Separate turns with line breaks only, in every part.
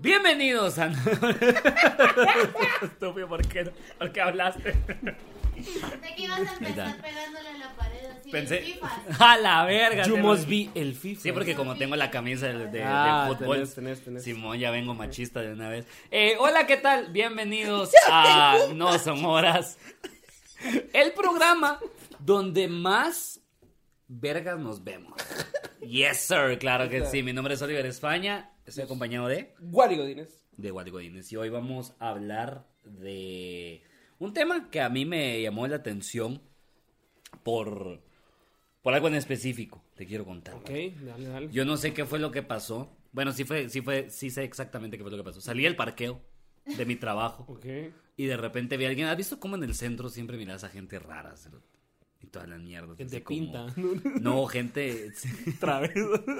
Bienvenidos a. Estúpido, ¿por qué, ¿por qué hablaste?
Pensé que ibas a empezar pegándole a la pared así.
Pensé-
Pensé. Fifas.
A la verga.
You
te
must
lo-
be el FIFA.
Sí, porque como tengo la camisa de, de- de
Ah,
fútbol,
tenés, tenés, tenés.
Simón ya vengo machista de una vez. Eh, hola, ¿qué tal? Bienvenidos a No Son Horas, el programa donde más vergas nos vemos. Yes, sir, claro que sí. Mi nombre es Oliver España, estoy acompañado de,
Guari Godínez.
de Guati Godínez y hoy vamos a hablar de un tema que a mí me llamó la atención por, por algo en específico. Te quiero contar.
Ok, dale, dale.
Yo no sé qué fue lo que pasó. Bueno, sí fue, sí fue, sí sé exactamente qué fue lo que pasó. Salí del parqueo de mi trabajo
Ok.
y de repente vi a alguien. ¿Has visto cómo en el centro siempre miras a gente rara? cerote? Y todas las mierdas.
Que
así
te
como-
pinta.
No, gente. sí,
Otra vez.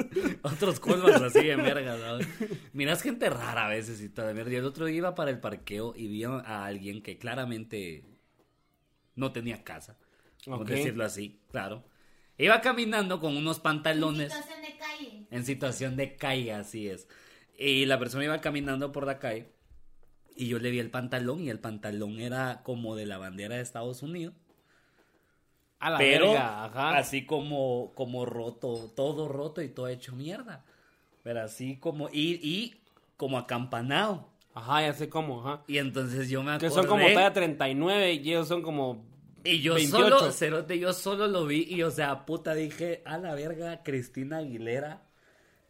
Otros colmas así de verga, ¿sabes? Miras gente rara a veces y toda la mierda. Y el otro día iba para el parqueo y vi a- a alguien que claramente no tenía casa. Por
Ok.
decirlo así, claro. Iba caminando con unos pantalones.
Situación de calle.
En situación de calle, así es. Y la persona iba caminando por la calle y yo le vi el pantalón y el pantalón era como de la bandera de Estados Unidos.
A la
pero
verga, ajá.
así como, como roto, todo roto y todo hecho mierda. Pero así como, y, y como acampanado.
Ajá, ya sé cómo, ajá.
Y entonces yo me acordé.
Que son como talla 39 y ellos son como.
Y yo
28.
solo, cerote, yo solo lo vi y, o sea, puta, dije, a la verga, Cristina Aguilera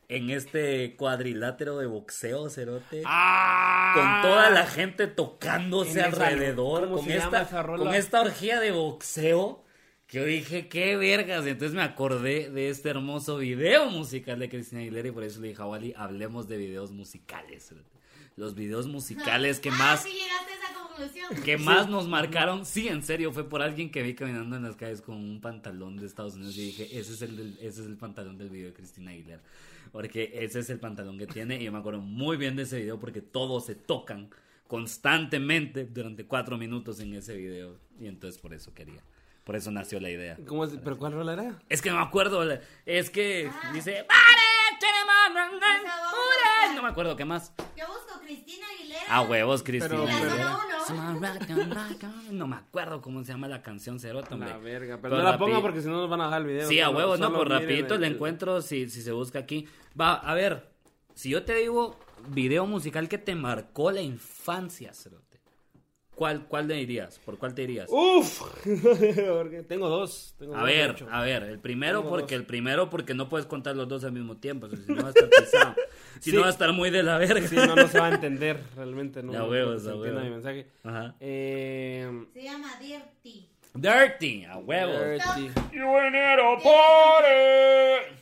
en este cuadrilátero de boxeo, cerote.
¡Ah!
con toda la gente tocándose
En esa-
alrededor,
¿cómo
con
se llama
esta,
esa rola?
con esta orgía de boxeo, que yo dije, qué vergas. Y entonces me acordé de este hermoso video musical de Cristina Aguilera y por eso le dije a Wally, hablemos de videos musicales. Los videos musicales que
Ah,
más,
sí llegaste a esa conclusión.
que más nos marcaron, sí, en serio, fue por alguien que vi caminando en las calles con un pantalón de Estados Unidos y dije, ese es el, del- ese es el pantalón del video de Cristina Aguilera. Porque ese es el pantalón que tiene y yo me acuerdo muy bien de ese video porque todos se tocan constantemente durante cuatro minutos en ese video. Y entonces por eso quería, por eso nació la idea.
¿Cómo es? ¿Pero cuál rola era?
Es que no me acuerdo, la- es que
Ah.
dice... "Pare, tenemos- No me acuerdo qué más.
Yo busco Cristina Aguilera.
A huevos, Cristina.
Pero-
Aguilera.
pero-
No me acuerdo cómo se llama la canción Cerote, hombre.
La verga. Pero,
Pero
no la pongo
rapi-
porque si no nos van a dejar el video.
Sí, a
Solo-
huevos, no,
solo
pues
miren
rapidito
el-
le encuentro si, si se busca aquí. Va, a ver, si yo te digo video musical que te marcó la infancia, Cerote, ¿cuál, cuál le dirías? ¿Por cuál te dirías?
Uf, porque tengo dos. Tengo
a
dos, de
ver,
hecho.
a ver, el primero
Tengo
porque
dos.
el primero porque no puedes contar los dos al mismo tiempo, o sea, si no va a estar pisado. Si
Sí.
no va a estar muy de la verga.
Sí, no, no se va a entender realmente. No,
Ya
no
huevos,
creo que se
ya
entienda
huevos.
mi mensaje.
Ajá.
Eh,
Se llama Dirty.
Dirty, a huevos.
Dirty.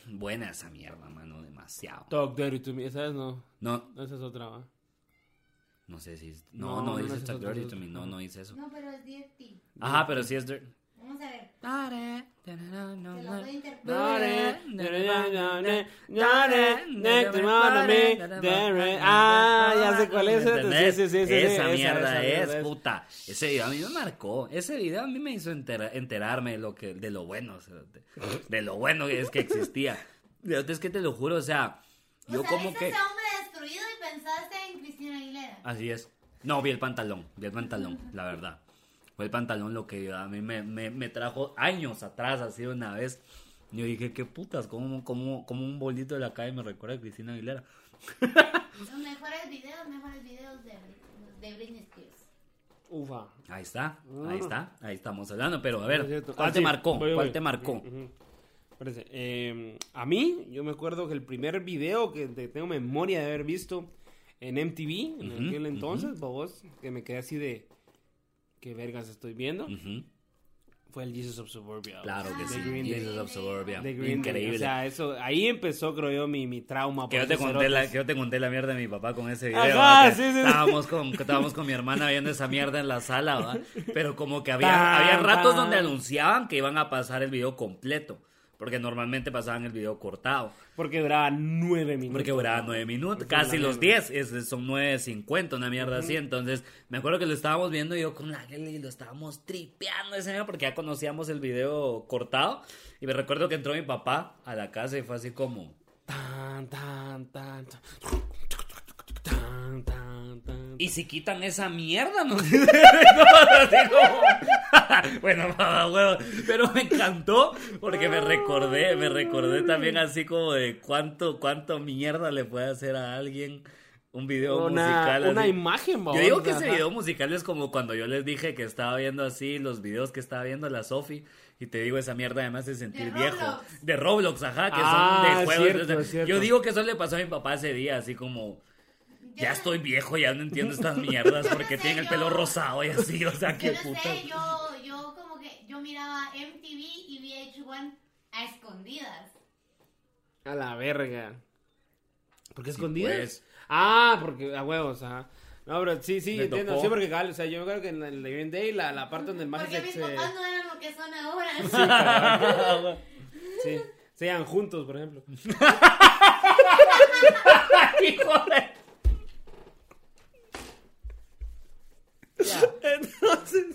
Buena esa mierda, mano, demasiado.
Talk dirty to me. Esa es no.
No,
Esa es otra, ¿va?
no sé si. No,
No,
no,
no,
dice
ese es
Talk
otro,
Dirty
ese
to
es
me, no,
otro.
no dice eso.
No, pero es Dirty.
Ajá, pero sí es Dirty.
Vamos a ver. Te lo voy a
Dale,
interpretar.
Ah, ya sé cuál es.
¿Entendés?
Sí, sí, sí, sí, sí,
esa
esa,
mierda es,
esa.
puta. Ese video a mí me marcó. Ese video a mí me hizo entera- enterarme de lo, que, de lo bueno. o sea, de, de lo bueno que es que existía. Yo, Es que te lo juro, o sea,
O
yo
sea,
como
viste
que...
ese hombre destruido y pensaste en Cristina Aguilera.
Así es. No, vi el pantalón, vi el pantalón,
Mm.
la verdad. Fue el pantalón lo que a mí me, me- me trajo años atrás, así de una vez. Yo dije, qué putas, como, como, como un bolito de la calle me recuerda a Cristina Aguilera. Ah.
Los mejores videos, mejores videos de, de Britney Spears.
Ufa.
Ahí está, ahí está, ahí estamos hablando. Pero a ver,
Cierto.
¿cuál
Ah,
te
sí,
marcó?
voy,
¿Cuál
voy.
te marcó?
Ujú. Espérese, eh, a mí, yo me acuerdo que el primer video que te- tengo memoria de haber visto en MTV, en
Ujú,
aquel entonces, babos, que me quedé así de. ¿Qué vergas estoy viendo?
Ujú,
Fue el Jesus of Suburbia.
Mm. Claro que
Ah,
sí.
de Green Day.
Jesus of Suburbia.
De Green Day.
Increíble.
O sea, eso, ahí empezó, creo yo, mi, mi trauma.
Que
por
yo, te
esos
conté la,
cerotes.
que yo te conté la mierda de mi papá con ese video.
Ajá,
¿va? Que
sí, sí, sí.
Estábamos con, que estábamos con mi hermana viendo esa mierda en la sala, ¿va? Pero como que había,
Tan,
había ratos
tan.
donde anunciaban que iban a pasar el video completo. Porque normalmente pasaban el video cortado.
Porque duraba nueve minutos.
Porque duraba nueve minutos,
Esa es
casi
la
los
mierda.
10, es, son 9.50, una mierda así. Entonces, me acuerdo que lo estábamos viendo y yo con la Leli lo estábamos tripeando ese día porque ya conocíamos el video cortado. Y me recuerdo que entró mi papá a la casa y fue así como.
Tan, tan, tan, tan. Tan,
Y si quitan esa mierda, no sé. Así como- bueno, mamá, huevo. Pero me encantó porque me recordé, me recordé también así como de cuánto, cuánto mierda le puede hacer a alguien un video
una,
musical.
una
así.
imagen,
Yo
babón,
digo que ese
ajá.
video musical es como cuando yo les dije que estaba viendo así los videos que estaba viendo la Sofi. Y te digo, esa mierda además de sentir
De
viejo.
Roblox.
De Roblox, ajá, que
Ah,
son de juegos.
cierto,
O sea,
cierto.
Yo digo que eso le pasó a mi papá ese día, así como, ya estoy viejo, ya no entiendo estas mierdas
Yo no
porque
sé,
tienen el
yo-
pelo rosado y así, o sea,
Yo
qué
no
puta.
sé, yo, yo como que yo miraba MTV y VH1 a escondidas.
A la verga. ¿Por qué
Sí,
escondidas?
pues.
Ah, porque a huevos, ajá. No, pero sí, sí,
Me
entiendo.
tocó.
Sí, porque cabal, o sea, yo creo que en el Green Day la, la parte donde el más
Porque
se,
mis
se-
papás no eran lo que son ahora.
sí, sean juntos, por ejemplo.
Hijo de-
Entonces,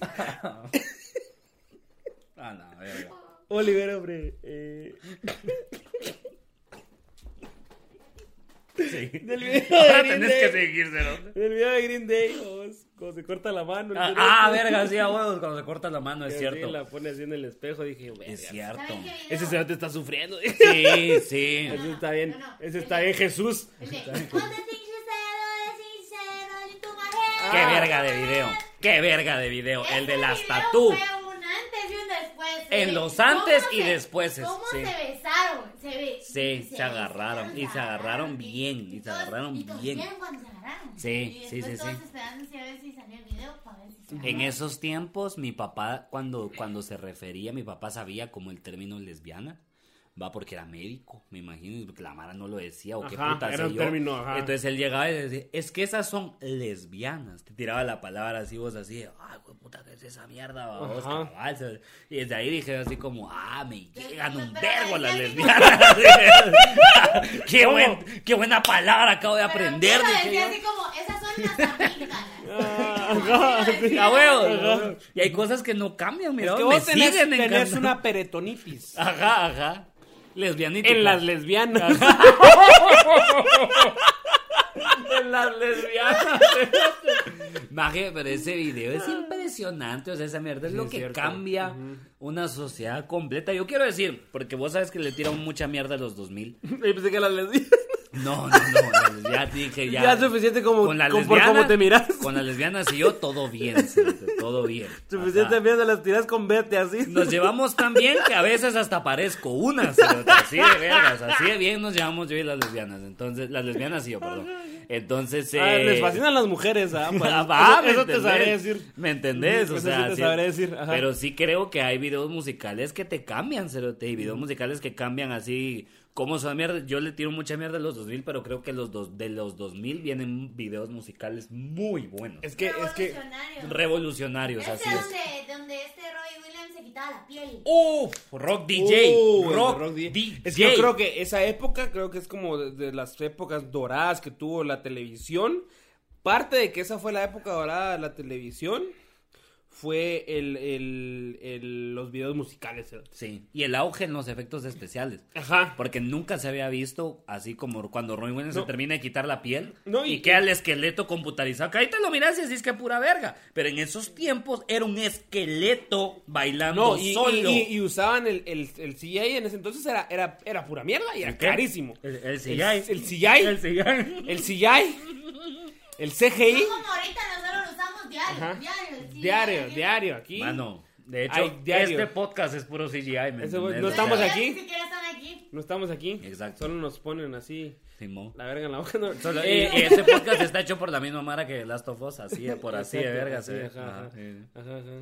Ah, no, verga.
Oliver, hombre, eh,
Sí.
del video de
Ahora
Green
tenés que
Day,
seguírselo.
del video de Green Day, babos, cuando se corta la mano. el
Ah,
cerote,
ah, verga, sí, a huevos, cuando se corta la mano, es
así La
cierto.
pone así en el espejo, dije, verga,
Es cierto.
¿Saben qué video?
Ese cerote está sufriendo.
Sí, sí.
Ese está bien,
No, no.
ese está bien, Jesús.
El de, "Ponte sincero, sincero, y tu mujer".
Qué verga de video. Qué verga de video. El de
Ese
las
video
tatú.
Fue un antes y un después.
En
¿eh?
los
¿Cómo
antes y
se-
despuéses,
¿Cómo
sí.
se besaron? Se be-
Sí, se agarraron, y se agarraron
y-
bien, y se
todos-
agarraron
y todos
bien.
vieron cuando se agarraron.
Sí,
Y
sí,
después
sí,
todos
sí.
esperándose a ver si salía el video para ver si se
En
agarraron.
esos tiempos, mi papá, cuando, cuando se refería, mi papá sabía como el término lesbiana. Va porque era médico, me imagino, y porque la Mara no lo decía, o qué
Ajá,
puta
era
sé
un
yo.
término, ajá.
Entonces él llegaba y decía, es que esas son lesbianas. Te tiraba la palabra así, vos así, de, ay, güey, puta, ¿qué es esa mierda, va, vos,
Ajá.
cabal?" Se- Y desde ahí dije así como, ah, me llegan un
Pero-
vergo las
pero-
lesbianas. qué,
¿Cómo?
buen- qué buena palabra acabo de
Pero
aprender,
quiero
dije
decir
yo.
así como, esas son las amigas.
Ah, ajá, sí.
A
Ajá.
huevo. Y hay cosas que no cambian, mira.
Es que
me
vos tenés,
siguen
tenés
encantando.
una peretonitis.
Ajá, ajá. Lesbianítica.
En las lesbianas.
en las lesbianas. Maje, pero ese video es impresionante. O sea, esa mierda es
Sí,
lo
es
que
cierto.
cambia una sociedad completa. Yo quiero decir, porque vos sabes que le tiran mucha mierda a los 2000.
Yo pensé que las lesbianas.
No, no, no. les- Ya dije, ya.
Ya es suficiente como-
con la
con- por
lesbiana-
cómo te miras.
Con las lesbianas y yo, todo bien. cerote, Todo bien.
Suficiente
Ajá.
mierda las tiras con vete así.
Nos llevamos tan bien que a veces hasta parezco una, cerote, así de vergas, así de bien nos llevamos yo y las lesbianas, entonces, las lesbianas y yo, perdón. Entonces,
Ah,
eh,
les fascinan las mujeres, ah, pues,
Ah, va,
eso, eso
¿me
te sabré
entendés?
decir.
¿Me entendés? O
Eso
sea,
sí te
sí-
sabré decir. ajá.
pero sí creo que hay videos musicales que te cambian, cerote, y
Mm.
videos musicales que cambian así como son mierda. Yo le tiro mucha mierda a los 2000, pero creo que los dos de los 2000 vienen videos musicales muy buenos.
es que es que
revolucionionarios,
Ese
así
es
es.
donde, donde este Roy Williams se quitaba la piel.
Uf, rock DJ,
Uh, el
rock,
rock
DJ.
Es que yo creo que esa época creo que es como de, de las épocas doradas que tuvo la televisión. Parte de que esa fue la época dorada de la televisión fue el, el- el- los videos musicales. ¿eh?
Sí, y el auge en los efectos especiales.
Ajá.
Porque nunca se había visto así como cuando Roy Williams
No.
se termina de quitar la piel
No, y-
y, queda el esqueleto computarizado. Que ahí te lo miras y decís que pura verga. Pero en esos tiempos era un esqueleto bailando
No, y,
solo.
y- y- y usaban el, el, el CGI en ese entonces era, era, era pura mierda y era
¿El qué?
carísimo.
El- el CGI.
El, el CGI.
El CGI.
El CGI. El CGI.
No como ahorita nosotros lo usamos diario,
Ajá.
diario. sí,
Diario, diario, aquí.
Mano, de hecho,
Ay, diario.
este podcast es puro CGI. ¿me
Ese güey,
entendés?
no
O sea,
estamos
Ustedes
aquí.
Ni siquiera están aquí.
No estamos aquí.
Exacto.
Solo nos ponen así
Simón.
la verga en la boca. ¿no?
Solo- y-
Eh,
y, este podcast está hecho por la misma mara que Last of Us, así de por así de
Exacto,
verga.
así,
se ve.
ajá,
Ajá,
ajá.
sí.
Ajá, ajá.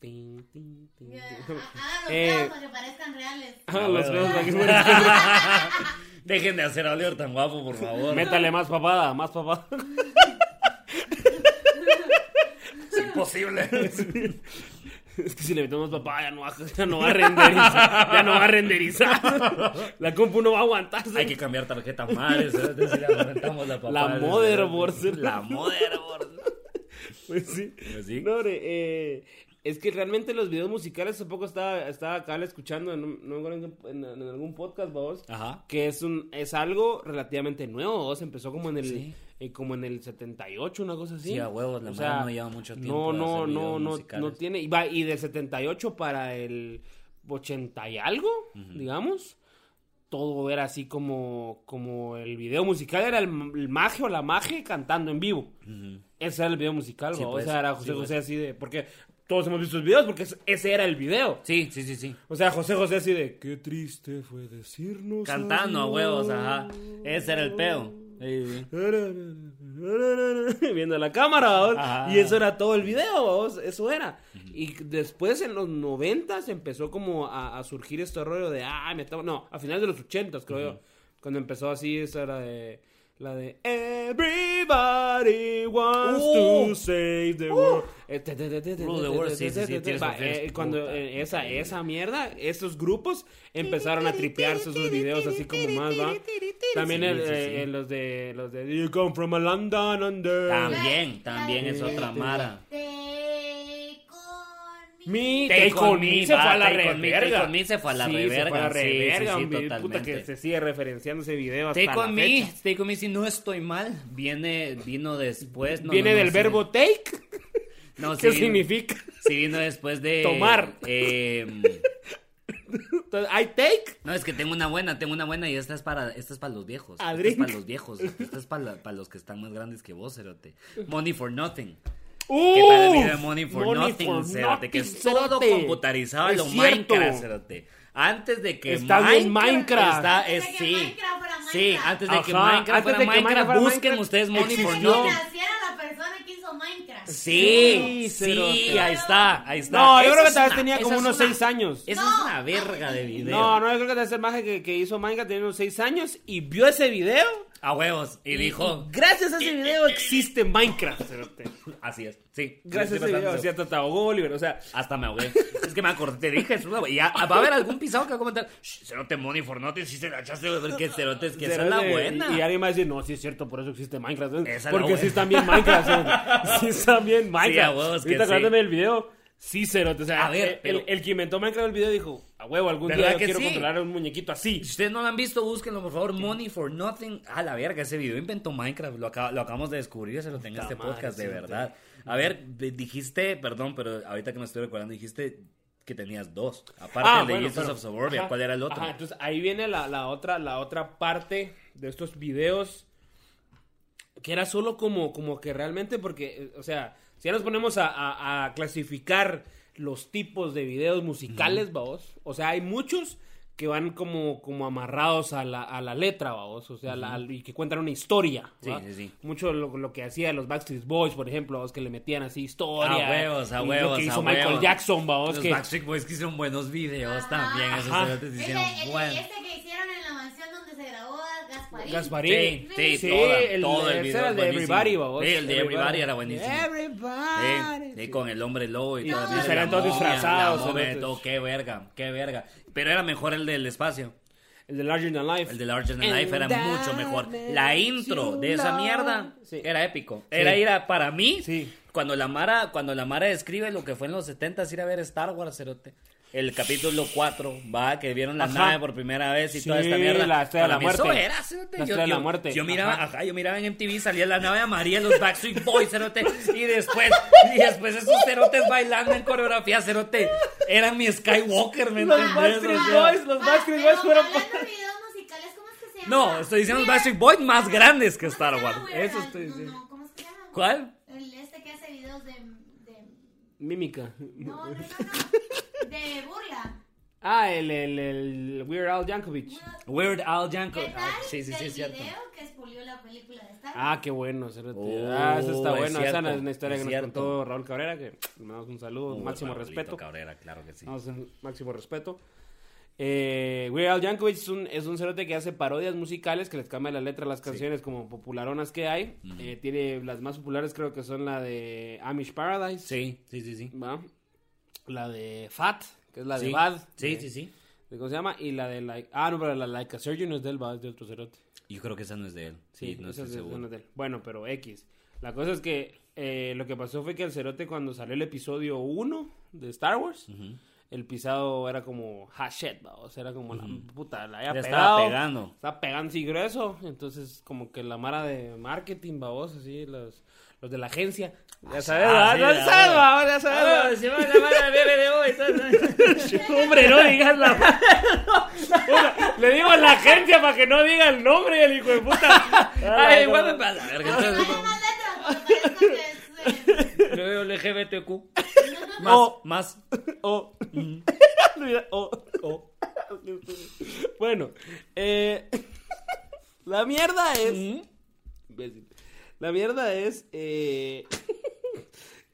Tin, tin, tin, tin.
Ah, los
Eh.
dedos para que parezcan reales.
Ah, los vemos aquí.
Dejen de hacer a Oliver tan guapo, por favor.
Métale más papada, más papada.
Es imposible.
Es que si le metemos más papada ya no va, ya no va a renderizar. Ya no va a renderizar. La compu no va a aguantarse.
Hay que cambiar tarjeta madre, ¿sabes? Decirle, "Aventamos la papá".
La motherboard.
La motherboard.
Pues sí.
Pues sí.
No, hombre, eh, Es que realmente los videos musicales, tampoco estaba, estaba acá escuchando en, un- no me acuerdo en- en- en algún podcast, vos,
Ajá.
que es un es algo relativamente nuevo, vos, empezó como en el
Sí.
eh, como en el 78, una cosa así.
Sí, a huevos, la
O
mano
sea,
no lleva mucho
No,
tiempo de
no,
hacer
no,
videos
no, no
musicales.
tiene. Y, va, y del 78 para el 80 y algo, digamos. Todo era así como, como el video musical era el, el maje o la maje cantando en vivo.
Ujú.
Ese era el video musical,
Sí,
¿va?
pues,
o sea, era
sí,
José
pues.
José así de. Porque todos hemos visto los videos, porque es- ese era el video.
Sí, sí, sí, sí.
O sea, José José así de. Qué triste fue decirnos.
Cantando a huevos, ajá. Ese era el peo.
Viendo la cámara, ¿vamos?
Ajá.
y eso era todo el video, ¿vamos? eso era. Y después en los noventas empezó como a, a surgir este rollo de, ah, me estaba, no, a finales de los ochentas, creo yo, cuando empezó así, esa era de, la de, everybody wants
Uh.
to save the world. Eh, te- te- te- te- te-
Rule the world, sí, sí, sí,
te- te-
Tears
va,
for Fears,
eh, Cuando
puta,
eh, esa,
increíble.
esa mierda, estos grupos empezaron a tripearse sus videos así como más, ¿va? También
Sí,
el,
sí, sí.
eh, el- los de los de You come from a London under.
También, también es otra mara.
Te conmigo.
Mi
Take
Take,
on
On
Me
Me se fue
va,
a la
Take On Me,
reverga.
Take On Me se fue a la
Sí, se fue a
reverga,
la
sí, sí,
reverga,
sí,
hombre, puta
totalmente.
que se sigue referenciando ese video hasta
Take
la
on me,
fecha.
take on me, si no estoy mal, viene, vino después. no,
Viene
no, no,
del
sí.
verbo take,
No, sí
¿qué
vino-
significa?
Sí vino después de...
Tomar.
eh,
Entonces, I take.
No, es que tengo una buena, tengo una buena y esta es para, esta es para los viejos.
A
esta es
drink.
para los viejos. Esta es para, la- para los que están más grandes que vos, Cerote. Money for nothing. ¿Qué tal el video de
Uf,
Money for Nothing,
for
Cerote? Que es
nothing,
todo
cerote.
computarizado,
Es
lo
cierto.
Minecraft, Cerote. Antes de que
Está bien Minecraft.
Está, es,
Antes de que
sí.
Minecraft fuera
Sí,
Minecraft.
antes de que
Ajá,
Minecraft
antes
fuera
de
Minecraft,
que Minecraft fuera
busquen
Minecraft,
ustedes Money
Antes
for
de
Nothing.
que naciera la persona que hizo Minecraft.
Sí, sí,
Sí, cerote.
ahí está, ahí está.
No, yo
Esa
creo que
es
tal vez
una-
tenía
esa
como
es
unos
una-
6 años.
Esa
No.
es una verga de video.
No, no, yo creo que es el maje que, que hizo Minecraft tenía unos 6 años y vio ese video.
A huevos. Y dijo,
Gracias
Eh,
a ese video existe Minecraft. cerote.
así es. Sí.
Gracias a
Sí,
ese video,
bastante.
cierto, te ahogó Oliver, o sea,
Hasta me ahogué. es que me acordé, te dije, es una- y ya- va a haber algún pisado que va a comentar, "Shh, cerote money for nothing, si se la echaste, güey, que cerote, es que esa es la
Cerote,
buena.
Y alguien va a decir, no, sí es cierto, por eso existe Minecraft. ¿no?
Esa es la
Porque
buena.
sí están bien Minecraft. ¿no? sí están bien Minecraft.
a huevos que
Ahorita
sí.
acordándome del video, sí, Cerote. O sea,
A ver,
el,
pero-
el- el que inventó Minecraft el video dijo, a huevo, algún
¿Verdad
día yo
que
quiero
sí?
controlar a un muñequito así.
Si ustedes no lo han visto, búsquenlo, por favor. Money for Nothing. A la verga, ese video inventó Minecraft. Lo, acaba- lo acabamos de descubrir, se lo tengo en
Puta
este
madre,
podcast, de
sí, no te-
verdad. A ver, de- dijiste, perdón, pero ahorita que me estoy recordando, dijiste que tenías dos. Aparte
Ah,
el de
bueno,
Jesus
pero-
of Suburbia,
ajá,
¿cuál era el otro?
ajá, entonces ahí viene la, la otra, la otra parte de estos videos que era solo como, como que realmente, porque, eh, o sea, si ya nos ponemos a, a- a clasificar los tipos de videos musicales, vaos, o sea, hay muchos que van como, como amarrados a la, a la letra, vaos, o sea, la- y que cuentan una historia.
Sí,
¿va?
sí, sí.
Mucho lo, lo que hacía los Backstreet Boys, por ejemplo, vaos, que le metían así historia.
A huevos, a
y
huevos.
Lo que
a
hizo Michael
huevos.
Jackson, vaos,
Los
que...
Backstreet Boys que hicieron buenos videos
Ajá.
también. Esos
Ajá.
cerotes
Ese,
hicieron
el-
buen-
este que hicieron en la mansión donde se grabó Gasparín.
Gasparín.
Sí, sí,
Sí,
toda-
el-
todo el
ese
video.
era el de
buenísimo.
Everybody, babos.
Sí, el de Everybody,
Everybody. Eh,
era buenísimo.
Everybody.
Sí, sí, con el hombre lobo y
No.
toda la mierda,
Y salían
la
todos
momia,
disfrazados,
la momia,
cerotes.
todo, qué verga, qué verga. Pero era mejor el del espacio.
El de Larger Than Life.
El de Larger Than
And
Life era
that
mucho mejor. La
makes
intro
you
de esa
love.
mierda
Sí.
era épico.
Sí.
Era ir a, para mí,
Sí.
cuando la Mara, cuando la Mara describe lo que fue en los 70 ir a ver Star Wars, cerote. El capítulo 4, va, que vieron la
Ajá.
nave por primera vez y
Sí,
toda esta mierda.
la Estrella de
Para
la
mí eso
Muerte.
era, cerote.
La
Yo-
Estrella de la
yo-
Muerte.
Yo miraba,
Ajá.
ajá, yo miraba en MTV, salía la nave amarilla, los Backstreet Boys, cerote. Y después, y después esos cerotes bailando en coreografía, cerote. Eran mi Skywalker, ¿me
Los
entiendes?
Backstreet
O sea,
Boys, los Backstreet Boys fueron
Hablando de videos musicales, ¿cómo es que se llama?
no, estoy diciendo
Mira,
Backstreet Boys más grandes que Star
¿cómo se
Wars.
llama, güey?
Eso estoy
No, no,
diciendo.
¿Cómo es que se llama?
¿Cuál?
El este que hace videos de... de-
Mímica.
No, no, no, no. De burla.
Ah, el, el, el Weird Al Yankovic.
Weird Al
¿Qué
Yankovic.
tal?
Ah, sí, sí, sí,
del
es cierto.
video que expolió la película de Star Wars.
Ah, qué bueno, cerote.
Oh,
ah, eso está
es
bueno. Esa
cierto,
es una historia
es
que nos
cierto.
contó Raúl Cabrera, que le damos un saludo,
Uh,
máximo
Raulito
respeto.
Cabrera, claro que sí.
Vamos a hacer máximo respeto. Eh, Weird Al Yankovic es un, es un cerote que hace parodias musicales, que les cambia la letra a las canciones como popularonas que hay. Eh, tiene las más populares creo que son la de Amish Paradise,
Sí, sí, sí, sí.
¿va? la de Fat, que es la de
Sí.
Bad.
Sí,
de-
sí, sí.
de ¿Cómo se llama? Y la de Like... Ah, no, pero la Like a Surgeon no es del Bad, es de otro cerote.
Yo creo que esa no es de él. Sí, no
esa
estoy
es de-
seguro.
una de él. Bueno, pero X. La cosa es que eh, lo que pasó fue que el cerote cuando salió el episodio 1 de Star Wars,
Ujú.
el pisado era como hashet, o sea, era como la puta, la había
Le
pegado.
estaba pegando.
Estaba pegando así grueso, entonces como que la mara de marketing, babos, así, los, los de la agencia. Ya sabes,
Ah,
ah,
sí,
no
ya,
sabes,
ya.
babos, ya sabes.
se va la mala bebé de hoy.
Hombre, no digas la Puta, Le digo a la agencia para que no diga el nombre del hijo de puta.
Ay,
no,
igual
Ah, no.
me pasa. verga,
Hay
entonces,
más letras, pero parece que es, eh,
Yo veo LGBTQ. Más,
Oh.
más.
O. O, o. Bueno, eh, la mierda es. Imbécil. La mierda es. eh,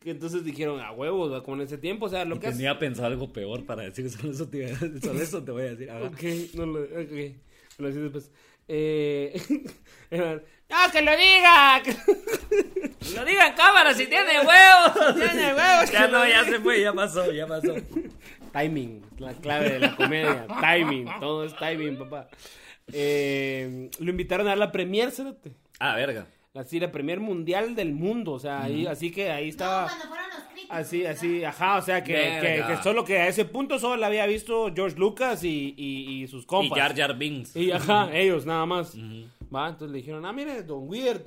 que entonces dijeron a huevos, va, como en ese tiempo. O sea, lo
Y
que hace-
Tenía pensado algo peor para decir. Solo eso te, iba a- solo eso te voy a decir. Ajá.
Ok, no lo. Ok. Lo decís después. Eh, eran, ¡No, que lo diga!
Lo diga en cámara si tiene huevos.
Tiene huevos,
Ya
que
no,
lo
ya
diga.
se fue, ya pasó, ya pasó.
Timing, la clave de la comedia. timing, todo es timing, papá. Eh, lo invitaron a dar la premier, cérate.
Ah, verga.
Así, la premier mundial del mundo. O sea, ahí, así que ahí
No,
estaba.
cuando fueron los críticos.
Así, así, ajá, o sea que, que,
Verga.
que solo que a ese punto solo la había visto George Lucas y, y, y sus
Y
compas.
Jar Jar Binks.
Y, ajá, ellos nada más. Va, entonces le dijeron, ah, mire, Don Weird.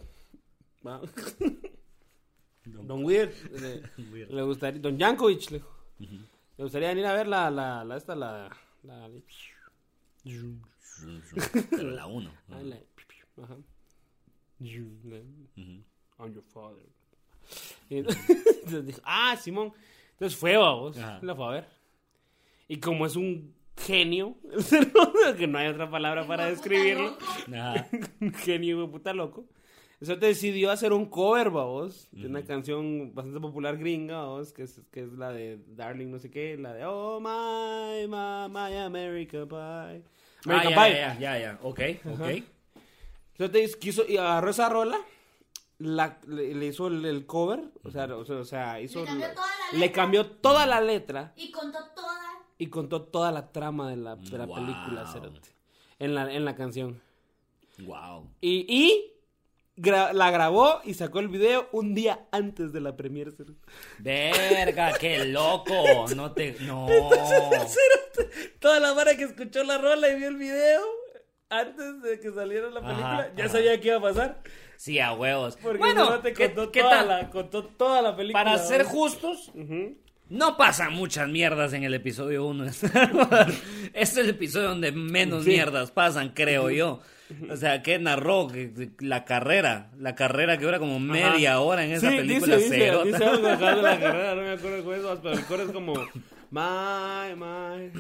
Va. Don Weird. Le,
Weird.
le gustaría, Don Yankovic. Le, le gustaría venir a ver la, la, la, esta, la, la,
Pero la uno. Ah.
la- la- ajá. I'm your father. Y entonces dijo, ah, Simón. Entonces fue, vamos.
Ajá.
La fue a ver. Y como es un genio, el cerote, que no hay otra palabra
Hijo
para
de puta
describirlo.
loco.
Ajá.
un genio de puta loco. Eso te decidió hacer un cover, babos, de una canción bastante popular gringa, babos, que es, que es la de Darling no sé qué, la de Oh my, my, my America Pie.
Ah,
American
ya,
Pie.
ya, ya, ya. Ok, ok.
Eso te hizo- quiso, y agarró esa rola, la- le, le hizo el, el cover, o sea, o sea, o sea, hizo...
Le cambió
la-
toda la
le
letra.
cambió toda la letra
Y contó toda.
y contó toda la trama de la, de la
Wow.
película, cerote, en la, en la canción.
Wow.
Y, y gra- la grabó y sacó el video un día antes de la premiere. cero.
Verga, qué loco. No te. No.
Toda la vara que escuchó la rola y vio el video antes de que saliera la
Ajá,
película, ya
ajá.
sabía que iba a pasar.
Sí, a huevos.
Porque
Bueno,
no te
¿qué,
contó,
qué
toda
tal?
La, contó toda la película.
Para ser
¿no?
justos,
Ujú.
no pasan muchas mierdas en el episodio 1. es el episodio donde menos
Sí.
mierdas pasan, creo yo. O sea, que narró que- que la carrera, la carrera que dura como media
Ajá.
hora en esa
Sí,
película.
Dice, dice,
cerota.
dice algo acá de la carrera, no me acuerdo cuál es, pero el coro es como. My, my.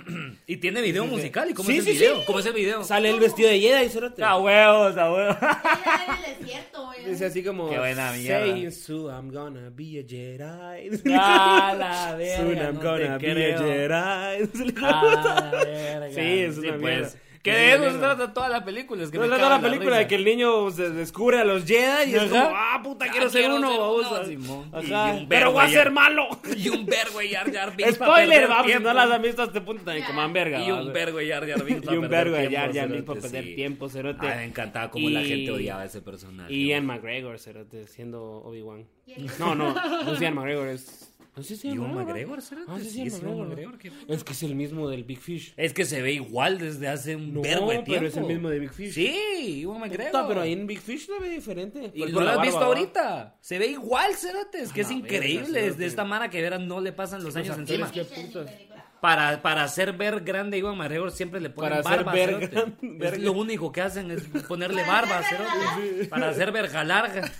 Y tiene video musical. ¿Y cómo
Sí,
es el
sí, sí.
video? ¿Cómo es el video?
Sale el vestido de Jedi y cerote.
A huevos, a huevos.
Ella era en el desierto, güey.
Dice así como.
Qué buena mierda.
"Saying so, I'm gonna be a Jedi.
Ah, la verga,
Soon I'm
no
gonna
te
be a
creo.
Jedi.
Ah, la verga.
Sí, es una mierda.
pues. Que
Es
de
una
eso se
mierda.
trata toda la película. Es que
No
me
es
cago
la
en
película
risa.
de que el niño se descubre a los Jedi y es
Ajá.
como, ah, puta,
Ah,
quiero ser
quiero
uno,
ser
babosa.
uno, Simón.
Ajá.
Y un
Pero voy a
verga
ser
ya.
malo.
Y un vergo de Jar Jar Binks. pa'
Spoiler,
perder
vamos, si
tiempo.
no las han visto a este punto también coman verga.
Y un
babos.
vergo de Jar Jar Binks. pa'
Y un
perder
vergo de
tiempo,
Jar Jar
cerote,
Binks para
sí.
perder tiempo, cerote.
Ah, me encantaba cómo la
Y-
gente odiaba a ese personaje.
Y Ian
güey.
McGregor, cerote, siendo Obi-Wan.
Y el-
No, no, no es Ian McGregor, es... No sé si es
Ewan
Ian
McGregor, cerote,
Ah, sí,
sí,
sí,
es
Ian
Ewan
McGregor.
McGregor, qué puta.
Es que es el mismo del Big Fish.
Es que se ve igual desde hace un
No,
vergo de tiempo.
pero es el mismo de Big Fish.
Sí, Iwan
Puta,
McGregor.
pero ahí en Big Fish la ve diferente.
Y
Pues
no
por
lo
la
has visto
barba, ¿va?
ahorita. Se ve igual, Cerote. Es que
A
es
la verga,
increíble.
cerote.
Desde esta mara que verán no le pasan los años
actores
encima.
que- Qué
Esa es mi
putas.
película.
Para, para hacer ver grande a Iván Marregor siempre le ponen
Para hacer
barba.
ver
cerote.
gran-
Es
verga.
lo único que hacen es ponerle
Para
barba,
hacer
cerote. Para hacer verja larga.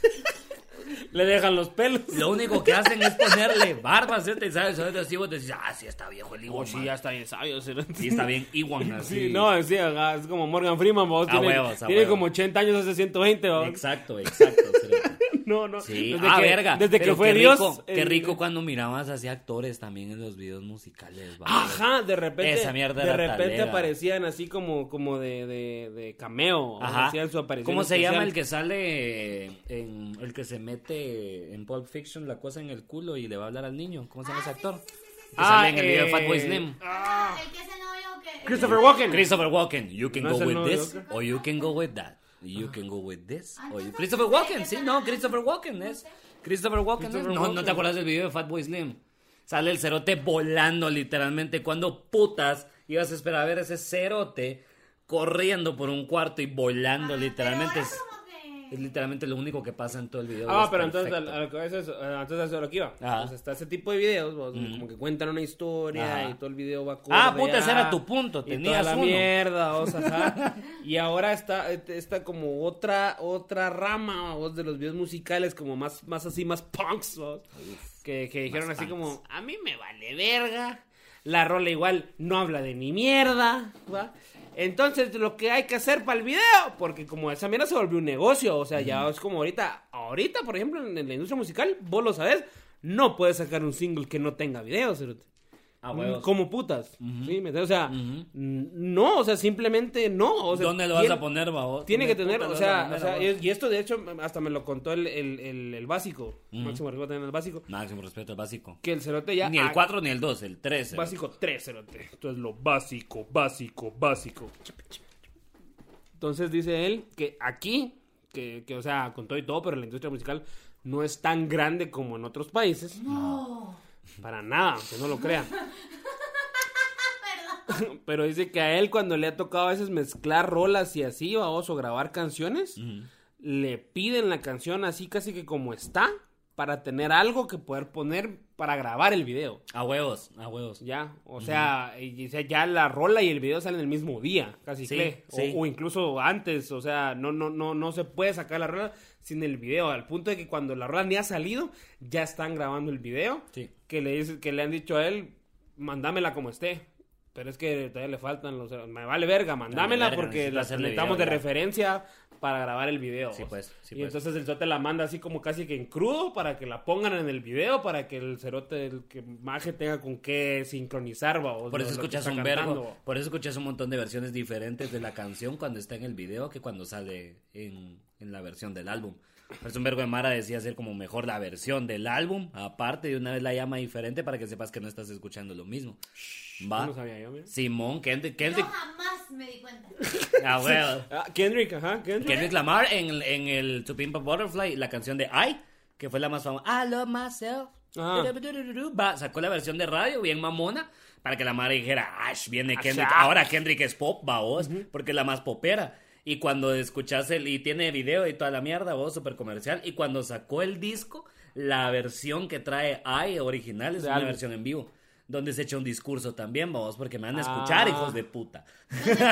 Le dejan los pelos.
Lo único que hacen es ponerle barba, cerote. Y sabes, Cerote, así vos decís, ah, sí está viejo el Iwan.
sí, ya está bien sabio, cerote.
Sí está bien Iwan así.
Sí, no, sí, ajá, es como Morgan Freeman, vos.
A
Tiene,
huevos, a
tiene
huevos.
como 80 años hace 120, vos.
Exacto, exacto, cerote.
No, no.
Sí,
Desde
ah,
que-
verga.
Desde que
Pero
fue
qué
Dios.
rico, Qué
el-
rico cuando mirabas así actores también en los videos musicales. ¿va?
Ajá, de repente.
Esa mierda
De
era
repente
talega.
aparecían así como, como de, de, de cameo.
Ajá.
Hacían su aparición.
¿Cómo se
especial.
llama el que sale en el que se mete en Pulp Fiction la cosa en el culo y le va a hablar al niño? ¿Cómo se llama ese actor? Que
Ah,
sale en el video de
eh,
Fatboy Slim.
Ah, el que es el novio que.
Christopher Walken.
Christopher Walken, you can
No
go
es el
with
novio,
this
creo.
or you can go with that. You Can Go With This.
Ah,
o
entonces,
Christopher
¿de qué
Walken, sí,
están
no,
hablando?
Christopher Walken
No
es.
sé.
Christopher Walken es.
Christopher
No, ¿no
Walken.
te acuerdas del video de Fatboy Slim? Sale el cerote volando literalmente. Cuando putas ibas a esperar a ver ese cerote corriendo por un cuarto y volando
Ajá,
literalmente.
Ah, pero
Es,
ahora como que-
es literalmente lo único que pasa en todo el video.
Ah,
es
pero entonces,
perfecto.
a lo que- eso es- ah, entonces eso es lo que iba.
Ajá.
Entonces está ese tipo de videos, vos, como que cuentan una historia
Ajá.
y todo el video va
Ah,
acorde
puta, ese
a-
era tu punto,
y toda
tenías
la
uno.
mierda, vos, ajá. y ahora está, este, está como otra otra rama vos, de los videos musicales, como más, más así, más punks, vos, que, que dijeron
más
así
punks.
como, a mí me vale verga. La rola igual no habla de ni mierda, ¿va? Entonces, lo que hay que hacer para el video, porque como esa mierda se volvió un negocio, o sea, ya es como ahorita, ahorita, por ejemplo, en, en la industria musical, vos lo sabés, no puedes sacar un single que no tenga video, cerote.
Ah, huevos.
Como putas. ¿sí? ¿me entiendes? O sea, n- no, o sea, simplemente no. O sea,
¿Dónde lo vas
tiene-
a poner, babo?
Tiene que
¿Dónde
tener,
puta
o
lo
sea,
vas a
o sea,
poner,
es- y esto de hecho hasta me lo contó el, el, el, el básico, Máximo Arriba también el básico,
babo? Máximo respeto al básico.
que el cerote ya...
Ni el
ah,
4 ni el 2, el 3.
Básico 3, cerote. Esto es lo básico, básico, básico. Entonces dice él que aquí, que, que, o sea, con todo y todo, pero la industria musical no es tan grande como en otros países.
No.
Para nada, aunque no lo crean.
Perdón.
Pero dice que a él cuando le ha tocado a veces mezclar rolas y así, vamos, o grabar canciones, le piden la canción así casi que como está, para tener algo que poder poner para grabar el video.
A huevos, a huevos.
Pues Ya, o sea, y- y sea, ya la rola y el video salen el mismo día, casi
Sí,
que. O,
sí.
o incluso antes, o sea, no, no, no, no se puede sacar la rola sin el video, al punto de que cuando la rola ni ha salido, ya están grabando el video,
Sí.
que le dice- que le han dicho a él, mandámela como esté. Pero es que todavía le faltan los. Me vale verga, mandámela
verga,
porque
necesito
la
hacerle
necesitamos de
video, ya.
referencia para grabar el video.
Sí, pues, sí,
y
pues.
entonces el cerote la manda así como casi que en crudo para que la pongan en el video, para que el cerote, el que maje tenga con qué sincronizar, vamos.
Por
lo-
eso
lo que
escuchas
está
un
cantando,
verbo,
va.
por eso escuchas un montón de versiones diferentes de la canción cuando está en el video que cuando sale en, en la versión del álbum. Por eso un vergo de Mara decía hacer como mejor la versión del álbum, aparte de una vez la llama diferente para que sepas que no estás escuchando lo mismo.
No
Va.
lo sabía yo, mira.
Simón, Kendrick,
Yo
Kendrick,
jamás me di cuenta.
ah, huevo.
Ah, Kendrick, ajá, Kendrick.
Kendrick Lamar en, el- en el To Pimp a Butterfly, la canción de I, que fue la más famosa. I love myself.
Ah.
Va, sacó la versión de radio bien mamona para que la madre dijera, Ash, viene Kendrick.
Asha.
Ahora Kendrick es pop, va vos, porque es la más popera. Y cuando escuchas el, y tiene video y toda la mierda, vos, súper comercial. Y cuando sacó el disco, la versión que trae I original es
De
una
álbum.
versión en vivo. Donde se echa un discurso también, vamos, porque me van a escuchar,
Ah.
hijos de puta.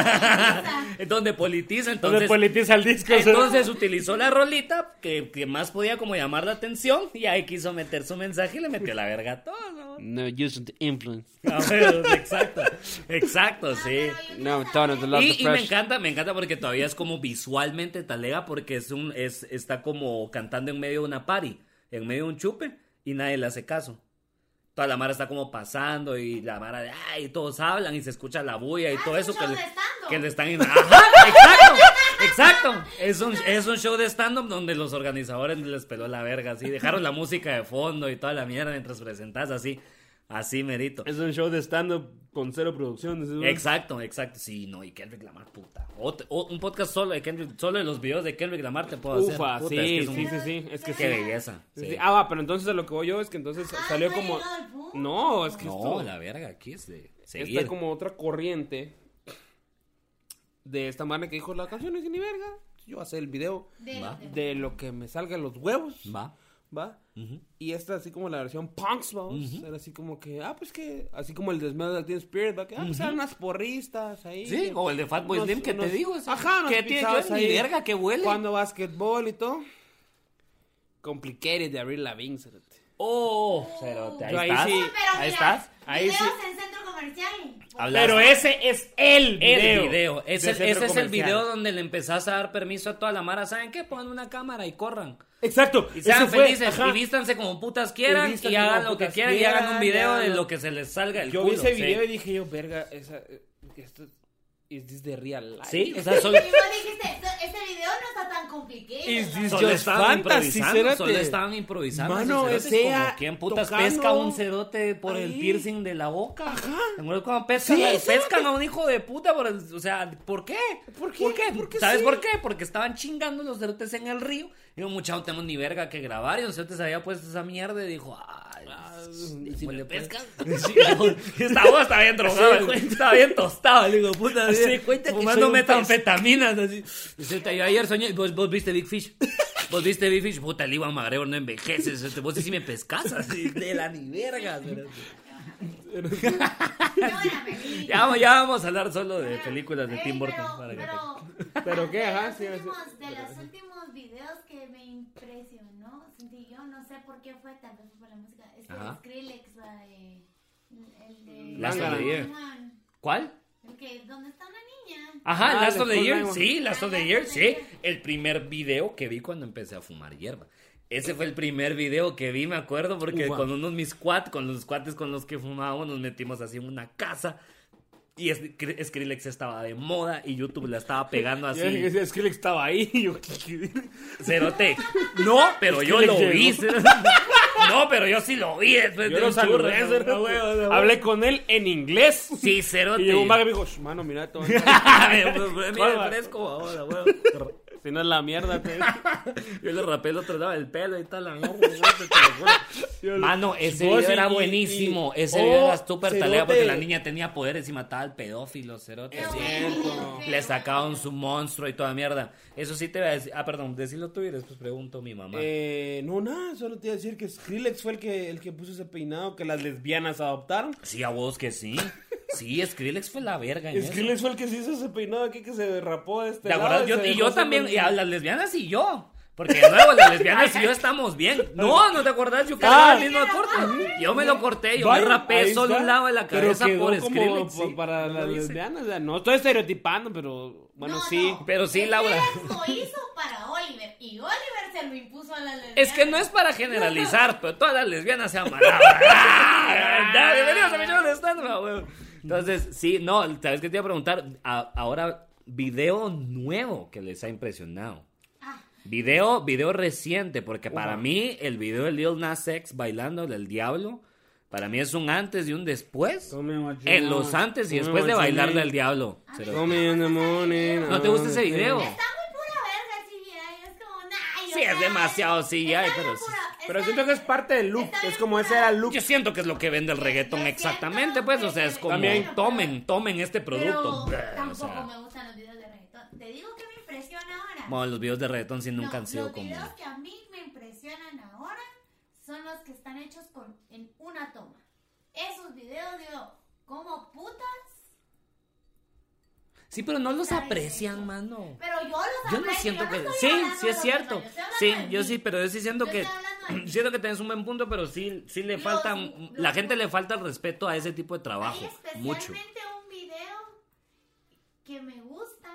politiza.
donde politiza,
Entonces,
entonces.
politiza el disco. o sea.
Entonces utilizó la rolita que, que más podía como llamar la atención y ahí quiso meter su mensaje y le metió la verga a todo. ¿no?
No use the influence.
A ver, exacto, exacto, sí.
Pero yo
No,
quiero
Donald,
saber-
love
Y,
the
y me
pressure.
encanta, me encanta porque todavía es como visualmente talega porque es un, es, está como cantando en medio de una party, en medio de un chupe y nadie le hace caso. Toda la mara está como pasando y la mara de, ay, todos hablan y se escucha la bulla y
Ah,
todo
es
eso
un
que
show
le,
de stand-up.
que le están... Ajá, exacto, exacto. Es un, es un show de stand-up donde los organizadores les peló la verga así, dejaron la música de fondo y toda la mierda mientras presentas así, así merito.
Es un show de stand-up con cero producción. es un-
Exacto, exacto. Sí, no, y Kendrick Lamar, puta. Ot- o- un podcast solo de Kendrick, solo de los videos de Kendrick Lamar te puedo
Ufa,
hacer. Puta,
sí,
es que es un-
sí, sí, sí. Es que sí.
Qué belleza.
Sí,
sí.
sí. Ah, va, pero entonces a lo que voy yo es que entonces
Ah,
salió
no he
como.
llegado al punto.
No, es que
no,
esto-
la verga, aquí es de seguir.
Está como otra corriente de esta madre que dijo la canción es ni verga. Yo voy a hacer el video
De-
Va.
de-
de lo que me salga los huevos,
Va.
¿va? Y esta así como la versión punks, vamos. Era así como que, ah, pues que, así como el desmadre del Team Spirit, ¿va? Que, ah, pues eran unas porristas ahí.
Sí,
que-
o el de Fatboy
unos-
Slim que te
unos-
digo. ese-
Ajá, unos
que tiene yo
pisados
en mi
ahí.
verga que huele.
Cuando basquetbol y todo. Complicated de abrir la cerote.
Oh, cerote, ahí
Yo ahí
estás.
sí.
No, pero
ahí
mira,
estás.
ahí
videos
sí.
en centro comercial.
Hablaste.
Pero ese es el video.
El video. Es
de
el-
centro
ese es el
comercial.
video donde le empezás a dar permiso a toda la mara. ¿Saben qué? Pongan una cámara y corran.
Exacto.
Y sean
ese fue,
felices
ajá.
y vístanse como putas quieran
Y
y,
vístanse
hagan
como
lo que
putas
quieran y hagan un
quieran,
video
ya,
de
no.
lo que se les salga el
Yo
culo.
vi ese
sí.
video y dije yo, verga, esa, eh, esto- Is this the real life?
Sí, o sea, solo,
Y vos dijiste, "Esto- este video no está tan complicado.
Is this
solo
just
estaban
fantasy?
improvisando.
Cérate.
Solo estaban improvisando.
Mano,
esos cerotes,
o sea,
como ¿Quién putas
tocando.
pesca un cerote por el
Ahí.
piercing de la boca? ¿Te acuerdas cuando pescan,
Sí,
a-
cerote.
pescan a un hijo de puta? Por el- o sea, pues. ¿por qué?
¿Por qué? ¿Por qué
¿Sabes
sí?
por qué? Porque estaban chingando los cerotes en el río. Y un muchacho, no tenemos ni verga que grabar. Y un cerote se había puesto esa mierda y dijo, ay,
si
si le
le
pescan. Y esta voz está bien drogada,
Sí, güey.
está bien tostada, le digo, puta,
Sí,
así,
cuenta que
fumando
soy un
metanfetaminas, así. Dice, "Puta, yo ayer soñé, vos, vos viste Big Fish, vos viste Big Fish, puta, el Iwan McGregor no envejeces, este, vos sí sí me pescas, así, de la ni vergas, ¿verdad?
Qué buena película.
ya, vamos- ya vamos a hablar solo de películas de
Ey,
Tim Burton,
pero-
para que te-
pero-
¿Pero qué?
de
Ajá,
los
sí, sí.
últimos- De los últimos videos que me impresionó, sentí yo, no sé por qué fue, tal vez fue por la música. Es que
Ajá.
Skrillex, la de. El de.
Last
of the
Year. ¿Cuál?
El que, ¿dónde está la niña?
Ajá,
Ah,
Last of the
Nicole
Year,
Kidman.
sí, Last of
Ah,
the Year,
Last of the
sí.
Year.
El primer video que vi cuando empecé a fumar hierba. Ese fue el primer video que vi, me acuerdo, porque
Ujú.
con unos mis cuat, con los cuates con los que fumábamos, nos metimos así en una casa. Y es- Skri- Skrillex estaba de moda y YouTube la estaba pegando
Yo dije,
así.
Es que él estaba ahí. y yo, ¿qué?
Cerote. No, pero yo lo
Skrillex
vi.
llegó.
cerote. No, pero yo sí lo vi después
Yo
de
lo
un churro.
saludé,
cerote.
cerote. Hablé con él en inglés.
Sí, cerote.
Y llegó un vago y me dijo, "Shh, mano, mira, toma, Pues,
Mira, fresco ahora, huevo.
si no es la mierda. te-
Yo le rapé el otro lado del pelo y tal. la mierda, güey, te lo juro.
Yo-
Mano, ese
Vos
video
y-
era
y-
buenísimo.
y-
ese
oh,
video era súper
cerote.
talea porque la niña tenía poderes y mataba al pedófilo, cerote.
Qué
Sí.
buen video,
cierto.
qué
Le
buen
sacaban
video.
su monstruo y toda mierda. Eso sí te voy a decir. Ah, perdón, decirlo tú y después pregunto a mi mamá.
Eh, no, nada, solo te iba a decir que Skrillex fue el que, el que puso ese peinado que las lesbianas adoptaron.
Sí, a vos que sí. Sí, Skrillex fue la verga. En eso.
Skrillex fue el que se hizo ese peinado aquí que se derrapó de este
¿Te acuerdas?
lado
Yo-
se
y
dejó
yo
hacer
también,
un-
y a las lesbianas y yo. Porque de nuevo, las lesbianas y yo estamos bien. No, ¿no te acordás? Yo cargaba
Ah.
el mismo corte. Yo me lo corté, yo me
Vaya,
rapé
ahí
solo
está.
un lado de la
Pero
cabeza
quedó
por
como
Skrillex.
pa-
sí.
Para
Lo
las
hice.
lesbianas, o sea, no estoy estereotipando, pero bueno,
No,
sí.
no,
Pero sí, Laura.
Skrillex lo hizo para Oliver y Oliver se lo impuso a la lesbiana.
Es que no es para generalizar, pero todas las lesbianas se amarraban. Ah, ya, Bienvenidos a mi show de stand-up, weón. Entonces, sí, no, sabes que te iba a preguntar, A- ahora video nuevo que les ha impresionado.
Ah,
Video, video reciente, porque para
Ujú.
mí el video de Lil Nas X bailando del diablo, para mí es un antes y un después. En los antes y después de bailar del diablo. Cerote. ¿No te gusta ese video?
está muy pura verga el CGI. Es como, nah, yo
Sí, es
sé.
demasiado CGI,
Está bien
pero
pura-
sí.
Pero
está-
siento que es parte del look,
está
es
bien
como ese
pura-
era el look.
Yo siento que es lo que vende el reggaetón
Yo
exactamente,
siento
pues, o sea, es
que-
como,
También.
tomen, tomen este producto.
Pero
Brr, o
tampoco
sea,
me gustan los videos de reggaetón. Te digo que me impresiona ahora.
bueno, los videos de reggaetón sí
No,
nunca han sido
Los
como...
videos que a mí me impresionan ahora son los que están hechos con, en una toma. Esos videos, digo, como putas.
Sí, pero no los
Ay,
aprecian,
eso.
mano.
Pero yo los
Yo no
aprecio,
siento que...
estoy
Sí,
hablando
sí
de
es
los
cierto.
demás, yo estoy
Sí,
hablando de
yo
mí.
sí, pero yo sí siento
Yo
que...
estoy hablando de mí.
Siento que tenés un buen punto, pero sí, sí le
Los-
faltan...
los-
La gente le falta el respeto a ese tipo de trabajo.
Hay especialmente
Mucho.
un video que me gusta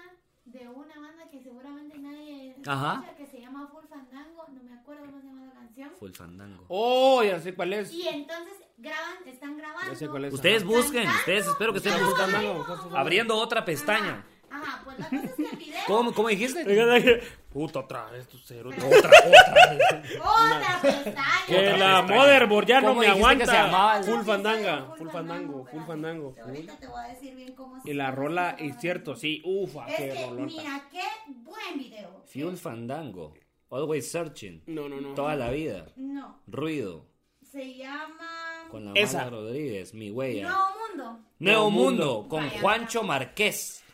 de una banda que seguramente nadie
Ajá.
escucha, que se llama Full Fandango, no me acuerdo cómo se llama la canción.
Full fandango.
Oh, ya sé cuál es.
Y entonces graban, están grabando.
Ya sé cuál es.
Ustedes busquen,
cantando.
ustedes espero que
Yo
estén
no
buscando.
bailo.
Abriendo otra pestaña.
Ajá, ajá, pues la cosa es que el video.
¿Cómo, cómo dijiste?
Puta, otra vez tu cero.
Otra, otra.
Otra pestaña.
Que
pestaña.
la motherboard ya no
¿Cómo
me
dijiste que
aguanta.
se llamaba el-
Full fandanga,
Full
full fandango, full fandango.
espérate, Ahorita te voy a decir bien cómo se
Y la
llama.
rola, es cierto, sí, ufa,
Es
qué
que,
rolota.
mira, qué buen video.
Fuel Fandango. Always searching.
No, no, no.
Toda la vida.
No,
Ruido.
se llama.
Con la
Esa.
banda Rodríguez. Mi
E.
huella.
Nuevo Mundo.
Nuevo
Nuevo
Mundo.
Mundo.
Con
Vaya.
Juancho Marqués.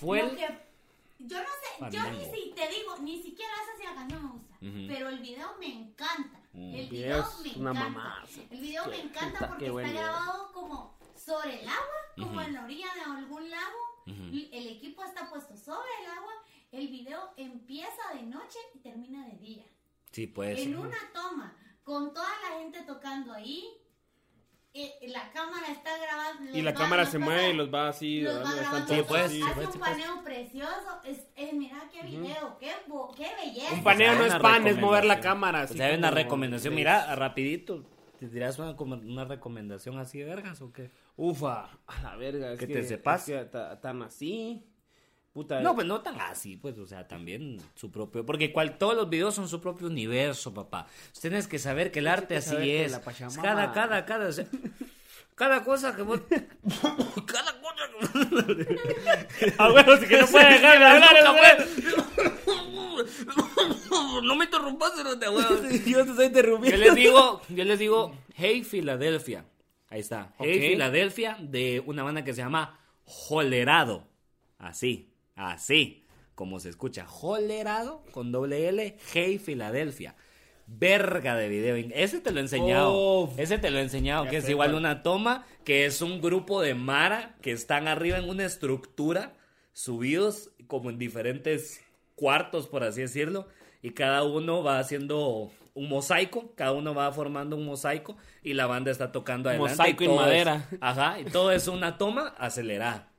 Fue el-
Lo que- yo no sé, yo
Fandango.
ni si te digo, ni siquiera esa si la canción me gusta,
Ujú.
pero el video me encanta. El
Mm.
video
Es
me
una
encanta.
mamada.
El video me
Qué
encanta
puta,
porque
qué
está
buen video.
grabado como sobre el agua, como en la orilla de algún lago.
Mm.
Ujú.
y El equipo está puesto sobre el agua. El video empieza de noche y termina de día.
Sí, pues.
En una toma, con toda la gente tocando ahí. eh, La cámara está grabando.
Y
los
la
va-
cámara
los
se
pasa-
mueve y los va así.
los
dando-
va
están
grabando
todos
Sí, pues,
así,
sí,
hace
pues,
un
sí, pues.
paneo precioso. Es, es- mira qué video, qué, bo- qué belleza.
Un paneo no
Una
es pan, es mover la
recomendación.
cámara.
O
así
sea, Pues hay una
como-
recomendación. Mira, rapidito. ¿Te dirás una, como- una recomendación así de vergas o qué?
Ufa, a la verga. es
Que te sepas.
es que ta- tan así. Puta. eh.
No, pues no tan así, pues, o sea, también su propio. Porque cual, todos los videos son su propio universo, papá. Pues Tienes que saber que el arte
que saber
así
que
es. Pues
la Pachamama-
Cada, cada, cada. o sea, cada cosa que vos. cada cosa que. ah, bueno, si que no puede dejar de hablar, No me interrumpas, cerote, huevo.
Yo te estoy interrumpiendo.
Yo les digo, yo les digo, Hey Filadelfia. Ahí está. Hey
Ok.
Filadelfia de una banda que se llama Jolerado. Así, así, como se escucha. Jolerado con doble L, Hey Filadelfia. Verga de video. Ese te lo he enseñado.
Oh.
Ese te lo he enseñado.
Ya
que es
sé
igual
cuál.
una toma, que es un grupo de Mara que están arriba en una estructura, subidos como en diferentes cuartos, por así decirlo. Y cada uno va haciendo un mosaico, cada uno va formando un mosaico y la banda está tocando adelante.
Mosaico
y
en
todo es-
madera.
ajá, y todo es una toma acelerada.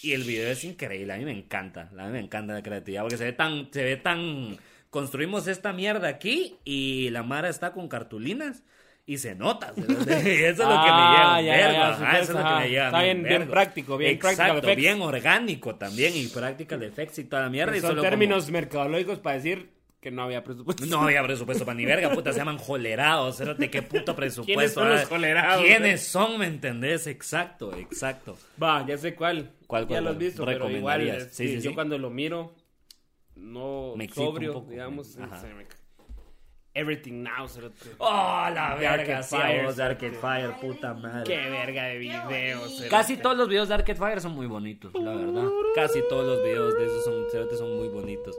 Y el video es increíble, a mí me encanta, a mí me encanta la creatividad, porque se ve tan, se ve tan, construimos esta mierda aquí y la Mara está con cartulinas y se nota, se nota. Y eso es lo que me lleva,
Ah,
un
ya, ya,
vergo,
ya,
ajá,
supuesto,
eso es lo que
ajá.
me lleva.
Está
a mí
bien-
un
bien
vergo.
práctico, bien
Exacto,
practical effects.
bien orgánico también y practical effects y toda la mierda. y
Son
solo como-
términos mercadológicos para decir que no había presupuesto.
no había presupuesto para ni verga, puta, se llaman jolerados, ¿de qué puto presupuesto?
¿Quiénes son los
ah?
jolerados? eh?
¿Quiénes son, me entendés? Exacto, exacto.
Va, ya sé cuál.
¿Cuál,
Ya
cuál,
lo has
cuál?
visto, pero igual.
¿Recomendarías?
es
Sí,
que
sí,
yo
sí.
cuando lo miro, no
Me excita un
sobrio,
poco,
digamos.
me- ajá.
se me- Everything Now, cerote.
¡Oh, la
De
verga!
Arcade
sí, a vos,
Fire,
de Arcade Fire, puta madre.
Qué verga de videos,
bonito.
Casi todos los videos de Arcade Fire son muy bonitos, la verdad. Casi todos los videos de esos son, cerotes son muy bonitos.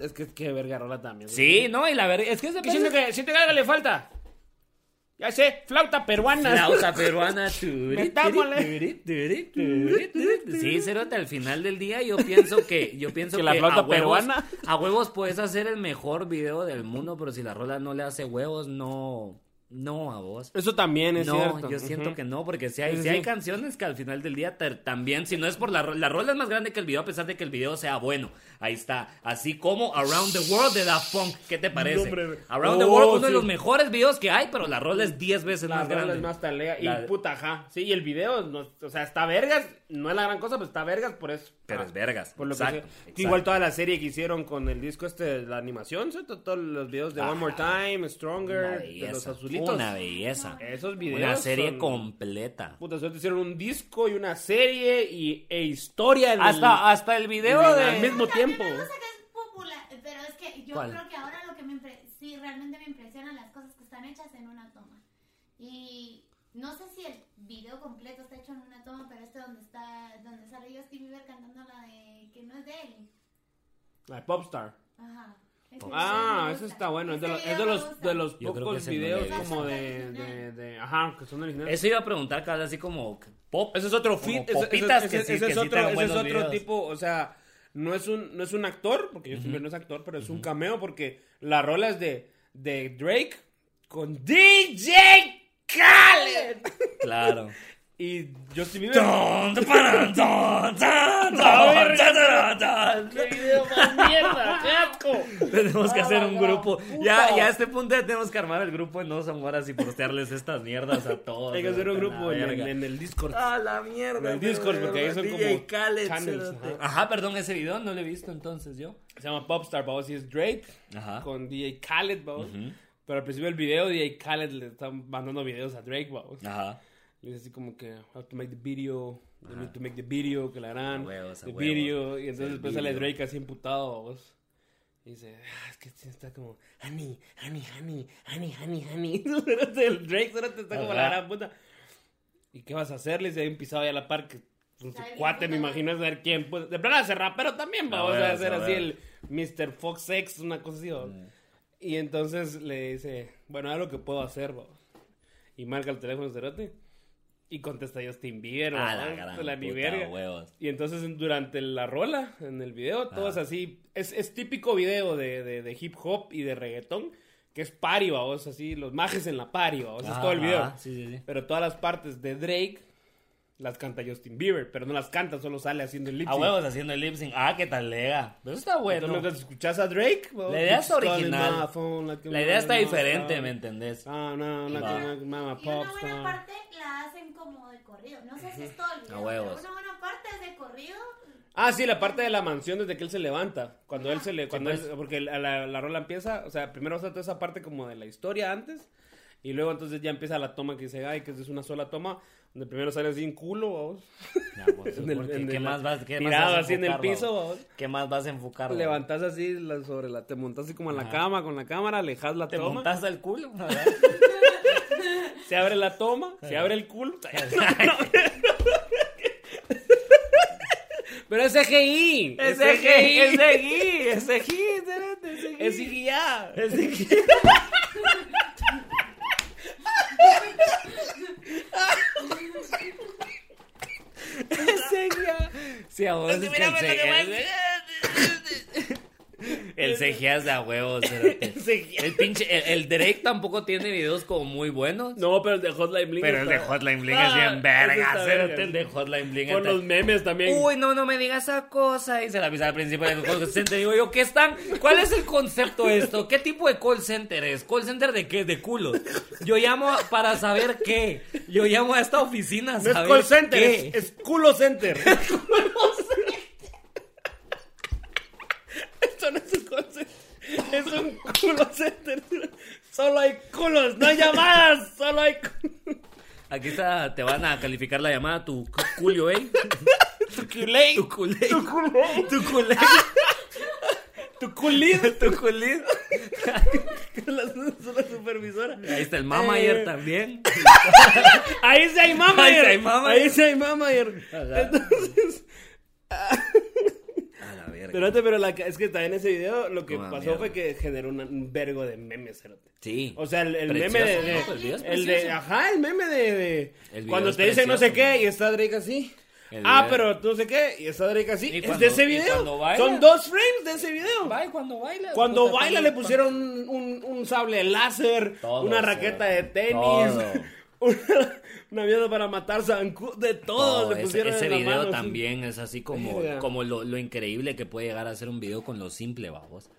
Es que qué verga rola también.
Sí, no, y la verga, es que ese
Que siento que, siento que algo le falta. Ya sé, flauta peruana.
Flauta peruana.
Metámosle.
Sí, Cerote, al final del día yo pienso que yo pienso
Que
que,
la flauta
a huevos,
peruana.
a huevos puedes hacer el mejor video del mundo, pero si la rola no le hace huevos, no no a vos.
Eso también es
no,
cierto.
yo siento
Ujú.
que no, porque si hay,
Sí, sí,
si hay
sí.
canciones que al final del día te- también, si no es por la rola, la rola es más grande que el video, a pesar de que el video sea bueno. Ahí está. Así como Around the World de Daft Punk, ¿qué te parece?
hombre.
Around the
Oh,
World, uno de
sí.
los mejores videos que hay, pero la rola es 10 veces
La
más
rola
grande.
es más talega. Y
La-
puta, ajá. Sí, y el video, no- o sea, está vergas. No es la gran cosa, pero está vergas por eso.
Pero
Ah,
es vergas.
Por lo
Exacto,
que sea.
exacto.
Igual toda la serie que hicieron con el disco este de la animación, ¿cierto? Todos los videos de
Ajá.
One More Time,
Una
Stronger, de los
belleza,
azulitos.
Una belleza.
Esos videos
Una serie
son-
completa.
Puta, suerte hicieron un disco y una serie y, e historia en
Hasta,
el-
hasta el video
en
de...
el- al mismo tiempo.
Una cosa que es popular, pero es que yo
¿Cuál?
creo que ahora lo que me impre- sí realmente me impresionan las cosas que están hechas en una toma. Y no sé si el video completo está hecho en una toma, pero este donde está donde sale Justin Bieber cantando la de que no es de él.
La Popstar.
Ajá. Ese video
Ah,
me
eso
gusta.
está bueno. Es de,
Ese
los- es
video
de
me
los,
gusta.
de los
Yo creo que
pocos
ese no lo
videos
he
como
visto.
de, de, de- Ajá, que son originales.
Eso iba a preguntar, cada así como pop.
Ese es otro
como
fit.
popitas
ese,
que
ese-
sí-
ese
que
es
sí te
otro,
dan
ese es
buenos
otro
videos.
tipo, o sea, no es un, no es un actor, porque yo siempre no es actor, pero es un cameo, porque la rola es de, de Drake con DJ Khaled.
Claro.
Y Justin Bieber.
Ton, taparan, ton, tan, ton,
verga.
tan, tan, tan.
¡Qué video más mierda! ¡Qué asco!
Tenemos que
Ah,
hacer
la
un
gran
grupo.
puta.
Ya, ya a este punto ya tenemos que armar el grupo en No Son Horas y postearles estas mierdas a todos.
Hay que hacer un
¿verdad?
grupo en,
La
el-
verga.
en el Discord.
A la mierda.
En el Discord, porque ahí son
DJ
como
Khaled,
channels,
cerote.
ajá.
Ajá, perdón, ese video no lo he visto entonces yo.
Se llama Popstar, vamos, y es Drake
Ajá.
con DJ Khaled, vamos. Pero al principio del video, DJ Khaled le está mandando videos a Drake, vamos.
Ajá.
Y es así como que, how to make the video, you need to make the video, que la harán,
A huevos, a
the
huevos.
video. Y entonces
El
después sale
video.
Drake así imputado, vos. Y dice, "Ah, es que sí está como, honey, honey, honey, honey, honey, honey. Espérate, el Drake solo te está como la
Ajá.
gran puta. ¿Y qué vas a hacer? Le dice, hay un pisado ahí a la par que con su
Ay,
cuate,
puta.
me imagino, a ver quién. Pues, de plano, a ser rapero también,
A
vamos a
huevos,
hacer
a Mm.
así
huevos.
el Mr. Fox X, una cosa así, vamos. Y entonces le dice, bueno, haz lo que puedo hacer, vamos. Y marca el teléfono cerote. Y contesta Justin Bieber,
A la
¿no?
gran
Esto la ni
puta,
verga.
huevos.
Y entonces en- durante la rola, en el video, todo es así. Es, es típico video de, de- de hip hop y de reggaetón, que es party, vamos, así, los majes en la party, vamos, es todo el
Ajá,
video.
ajá, sí, sí, sí.
Pero todas las partes de Drake Las canta Justin Bieber, pero no las canta, solo sale haciendo el lip
A
sync.
huevos haciendo el lip sync. Ah, qué talega. Pero está bueno.
Entonces, escuchas a Drake, well,
La idea está
it's calling
original.
my phone like a
La idea está
mama
diferente,
star.
¿me entendés?
Ah, no, no,
Va.
Y
no, mama
una
pop
buena
star.
parte la hacen como de corrido. No sé si es todo el video, pero
huevos.
Una buena parte es de corrido.
Ah, sí, la parte de la mansión desde que él se levanta. Cuando él se le. Cuando
pues.
él- porque la, la- la rola empieza. O sea, primero está toda esa parte como de la historia antes. Y luego entonces ya empieza la toma que dice, ay, que es una sola toma. Donde primero sale así en culo, vamos.
Ya, pues,
En el-
porque
en
¿Qué
el-
más vas qué más
tirado
vas a
así en el
enfocar,
piso,
babo?
vos.
¿Qué más vas a enfocar? babo?
Levantás así la- sobre la. Te montás así como en la
Ajá.
cama con la cámara, alejas la
¿Te
toma.
montas al culo?
Se abre la toma, se abre el culo. Pero es E CGI.
¡Es EGI! ¡Es EGI! ¡Es
E
EGI! espérate, ¡Es EGI!
Es E CGI.
¡Es EGI!
E
Sí, a vos es que el CGI el CGI es de a huevos. espérate. El pinche, el, el Drake tampoco tiene videos como muy buenos.
No, pero el de Hotline Bling.
pero el
está-
de Hotline Bling
Ah,
es bien
ese
verga.
está
espérate,
verga.
El de Hotline Bling.
Con
está-
los memes también.
Uy, no, no me digas esa cosa. Y se la avisa al principio del call center. Digo yo, ¿qué están? ¿Cuál es el concepto de esto? ¿Qué tipo de call center es? ¿Call center de qué? De culos. Yo llamo a- para saber qué. Yo llamo a esta oficina a
no es
saber
call center,
qué.
es, es culo center. Esto no es un call center. Es un culo center. Solo hay culos, no hay llamadas. Solo hay culos.
Aquí está, te van a calificar la llamada tu cu- culio, ¿eh? Tu culé. Tu culé. Tu culé.
Tu culis.
Tu culé.
La, la supervisora.
Ahí está el mamayer
Eh.
también.
Ahí sí hay mamayer.
Ahí sí hay mamayer.
Ahí sí hay mamayer.
Ajá.
Entonces.
A la verga.
Espérate, pero la, ca- es que también ese video lo que
Una
pasó
mierda.
fue que generó una- un vergo de memes, cerote.
Sí.
O sea, el, el
Precioso,
meme de,
¿no? pues,
de- Eh,
El video es
el de,
precioso.
ajá, el meme de, de-
video
cuando
es
te dicen no sé
precioso,
qué y está Drake así.
El
Ah,
video-
pero no sé qué y está Drake así.
Y
es
cuando-
de ese
y cuando
video.
baila.
Son dos frames de ese video.
Bye, cuando baila.
Cuando
puta,
baila
cuando-
le pusieron un, un- un sable de láser,
Todo,
una
sí.
raqueta de
Todo.
tenis, una, una mierda para matar zancudo, de todo.
No,
le
ese,
pusieron
ese
en la
video
mano, así.
también es así como,
Verga.
como lo, lo increíble que puede llegar a ser un video con lo simple, vamos.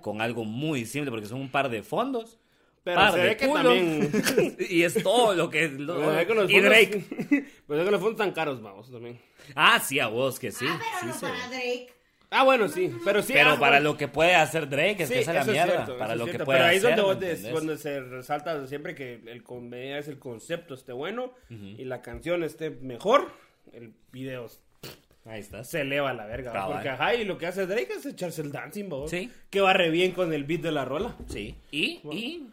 Con algo muy simple, porque son un par de fondos.
Pero
par
se
de
ve que
culos,
también-
y es todo lo que. lo-
Pero pues, es que los
y
fondos-
Drake.
Pero es que los fondos tan caros, vamos, también.
Ah, sí, a vos que sí.
ah, pero no
sí se ve.
para Drake.
Ah, bueno, sí, pero sí.
Pero
ah,
para
bueno,
lo que puede hacer Drake, es
sí,
que esa es la
eso
mierda.
cierto, eso
para
es
lo que
cierto.
puede
Pero ahí es
hacer.
donde, vos
¿me
des-
entendés?
donde se resalta siempre que el comedia es el concepto esté bueno y la canción esté mejor, el video
Ahí está.
se eleva a la verga. ¿va?
Cabal.
Porque ajá, y lo que hace Drake es echarse el dancing, ¿va?
Ah, Sí.
Que va re bien con el beat de la rola.
Sí. Y, y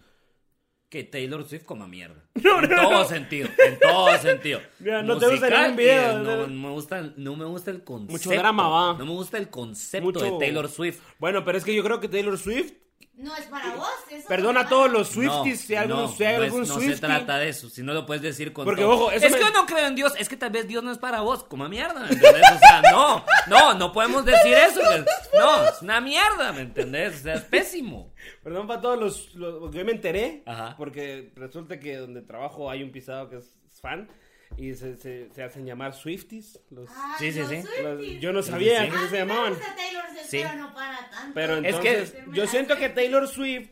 que Taylor Swift coma mierda.
No,
en
no,
todo
no.
sentido, en todo sentido.
Mira, no te gusta ningún
y eh,
video,
No,
no.
me gusta, no me gusta el concepto.
drama, va.
No me gusta el concepto
Mucho-
de Taylor Swift.
Bueno, pero es que yo creo que Taylor Swift
No es para vos. Eso
perdona a
no
todos
vale.
los Swifties
no,
si alguno
no,
si
no
hay
es-
algún
no
Swiftie.
se trata de eso, si no lo puedes decir con
Porque,
todo.
ojo, eso
es
me-
que yo no creo en Dios, es que tal vez Dios no es para vos, como mierda, ¿me entendés? O sea, no, no, no podemos decir eso. que- No, es una mierda, ¿me entendés? O sea, es pésimo.
Perdón para todos los, los- porque yo me enteré,
Ajá.
porque resulta que donde trabajo hay un pisado que es fan y se, se- se hacen llamar Swifties. Los,
Ah,
Sí, sí,
los
sí.
los-
Swifties.
yo no
Sí,
sabía
sí, sí.
que se
A mí me
llamaban.
gusta Taylor Swift,
Sí.
pero Ah, no para tanto.
Pero
Es que-
entonces, yo siento que Taylor Swift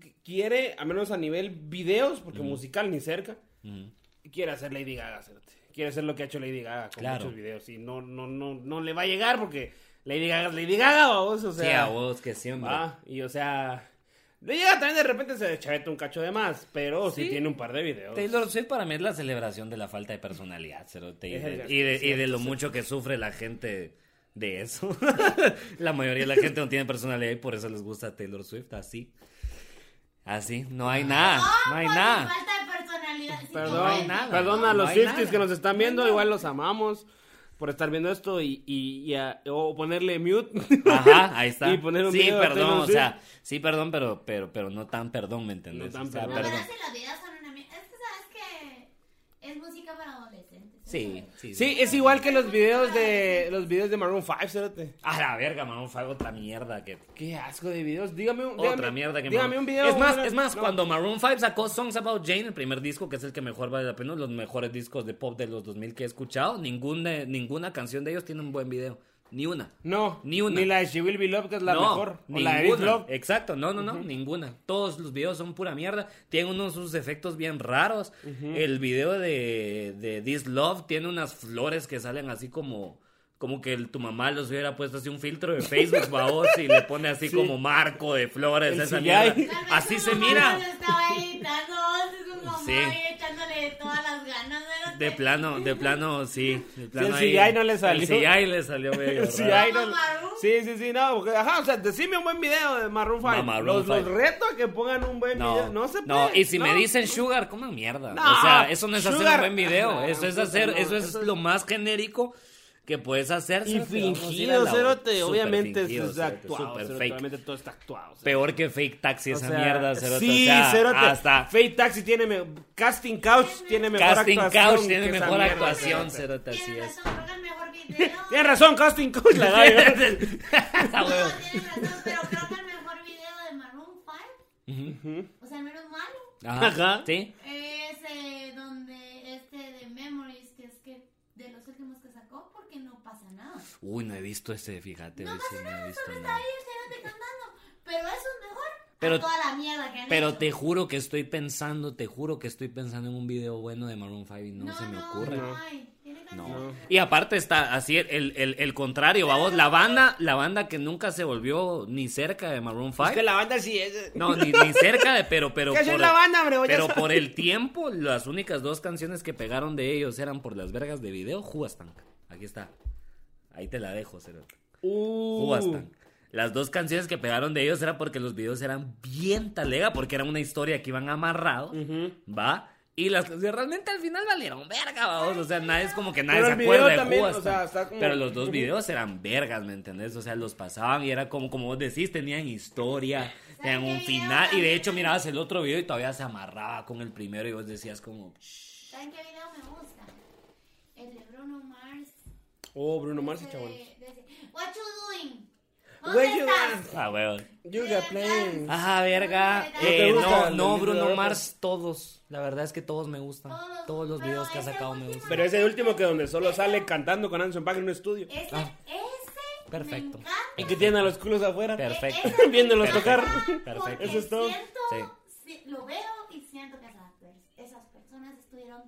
qu- quiere, a menos a nivel videos, porque musical ni cerca, quiere hacer Lady Gaga, cerote. quiere hacer lo que ha hecho Lady Gaga con
Claro.
muchos videos y no, no, no, no le va a llegar porque Lady Gaga es Lady Gaga, vamos, o sea,
sí, a vos que siempre.
Ah, y o sea, le llega también de repente se deschaveta un cacho de más, pero sí,
Sí.
tiene un par de videos.
Taylor Swift para mí es la celebración de la falta de personalidad, cerote, y,
Es
de,
el-
y de- y
cierto,
de lo mucho que sufre la gente de eso. la mayoría de la gente no tiene personalidad y por eso les gusta Taylor Swift, así. Así, no
Ah.
hay nada,
Ah,
no hay nada.
Falta de personalidad. sí,
No
Perdón,
hay nada,
perdón
no
a los
hay
Swifties
nada.
que nos están viendo, igual los amamos por estar viendo esto y, y- y a- o ponerle mute.
Ajá, ahí está.
Y poner un
sí,
video de
perdón,
Taylor
o sea, sí, perdón, pero, pero, pero no tan perdón, ¿me entendés?
No tan
O sea,
No,
perdón.
pero
perdón.
si las vidas son una mierda. Es que sabes que es música para adolescentes.
Sí, sí.
Sí, es igual que los videos de los videos de Maroon 5, espérate.
A la verga, Maroon 5, otra mierda que...
Qué asco de videos. Dígame un
Otra
dígame-
mierda que
Dígame
Maroon-
un video.
Es más,
una-
es más,
no.
cuando Maroon 5 sacó Songs About Jane, el primer disco, que es el que mejor vale la pena, los mejores discos de pop de los 2000 que he escuchado, ninguna, ninguna canción de ellos tiene un buen video. Ni una.
No,
Ni una.
Ni la de She Will Be Loved, que es la
no,
mejor. O la de Eric
ninguna. Eh,
Love.
Exacto, no, no, no, ninguna. Todos los videos son pura mierda. Tienen unos sus efectos bien raros. El video de, de This Love tiene unas flores que salen así como. Como que el- tu mamá los hubiera puesto así un filtro de Facebook, vaos, y le pone así
Sí.
como marco de flores,
El
esa
CGI.
mierda.
Tal vez
Así
su
se
mamá
mira.
cuando Estaba "Oh, editando, su mamá
Sí.
ahí echándole todas las ganas. ¿verdad?
De plano, de plano, sí. De plano
el CGI no le salió.
El CGI le salió medio
El
raro.
CGI no-
Maroon.
Sí, sí, sí, no, porque, ajá, o sea, decime un buen video de Maroon 5.
No, Maroon
los, los
5.
reto a que pongan un buen video. No se puede.
y si me
no.
dicen sugar, coman mierda.
No,
o sea, eso no es hacer
sugar.
un buen video.
Ah,
Eso es
puta,
hacer,
no,
eso es
eso es-
lo más genérico que puedes hacer.
Y
cerote, vamos a ir a
fingido,
la-
cerote,
súper
obviamente
fingido,
es
cerote,
actuado,
súper
cerote,
fake.
obviamente todo está actuado. cerote.
Peor que fake taxi
O
esa
sea,
mierda, cerote.
Sí,
o sea,
cerote.
hasta
Fake Taxi tiene, me- Casting Couch tiene mejor
Casting
actuación.
Couch tiene
que esa
mejor
mierda,
actuación,
cerote.
cerote, así
Tienes
es.
razón, creo que el mejor video.
Tienes razón, Casting Couch la da,
A
yo.
No,
huevo.
tienes razón, pero creo que el mejor video de Maroon 5, o sea, el menos malo,
Ajá. Sí.
es eh, donde este de Memories, que es que de los últimos que sacó, porque no pasa nada.
Uy, no he visto ese, fíjate.
No
güey, sí,
pasa
no he
nada,
visto
solo está
nada.
ahí el gerente cantando, pero es un mejor
Pero-
a toda la mierda que han
Pero
hecho.
te juro que estoy pensando, te juro que estoy pensando en un video bueno de Maroon 5 y no, se me ocurre.
No, hay. Tiene
No.
canciones.
Y aparte está así el, el, el contrario, vamos, la banda, la banda que nunca se volvió ni cerca de Maroon 5.
Es que la banda sí es. eh.
No, ni, ni cerca de, pero, pero.
Que soy la banda, pues, hombre, voy a
pero
ser-
por el tiempo, las únicas dos canciones que pegaron de ellos eran por las vergas de video, Huastank. Aquí está. Ahí te la dejo, Cero.
Uh.
Huastank. Las dos canciones que pegaron de ellos era porque los videos eran bien talega, porque era una historia que iban amarrados, ¿va? Y las canciones realmente al final valieron verga, vamos. O sea, nadie es como que nadie
Pero
se
el video
acuerda de
también, o
Huastank.
sea, está como-
Pero los dos
Ujú.
videos eran vergas, ¿me entendés? O sea, los pasaban y era como, como vos decís, tenían historia, tenían un
qué video
final. Y de
también?
hecho, mirabas el otro video y todavía se amarraba con el primero y vos decías como...
¿Saben qué video me gusta? El de Bruno Mars.
Oh, Bruno Mars y
de-
chabón.
de- What you doing?
Where
¿Dónde
you
estás?
Ah, weón.
You got playing.
Ajá, verga.
¿No
te
Eh,
gusta
no,
el
no,
Linkin
Bruno
Park?
Mars, todos. La verdad es que todos me gustan.
Todos,
Todos los
pero
videos que ha
ese
sacado me
último-
gustan.
Pero ese último que donde solo sale cantando con Anderson Paak en un estudio.
Ese,
Ah.
ese.
Perfecto.
Me encanta.
Y que tienen a los culos afuera.
Pero- Perfecto.
E- ese me
Viéndolos
encanta
tocar.
porque
Perfecto.
Eso es todo.
siento- si- lo veo y siento que esas, pers- esas personas estuvieron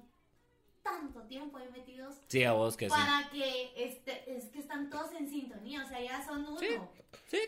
tanto tiempo ahí metidos
Sí, a vos que sí.
para que este, es que están todos en sintonía. O sea, ya son uno.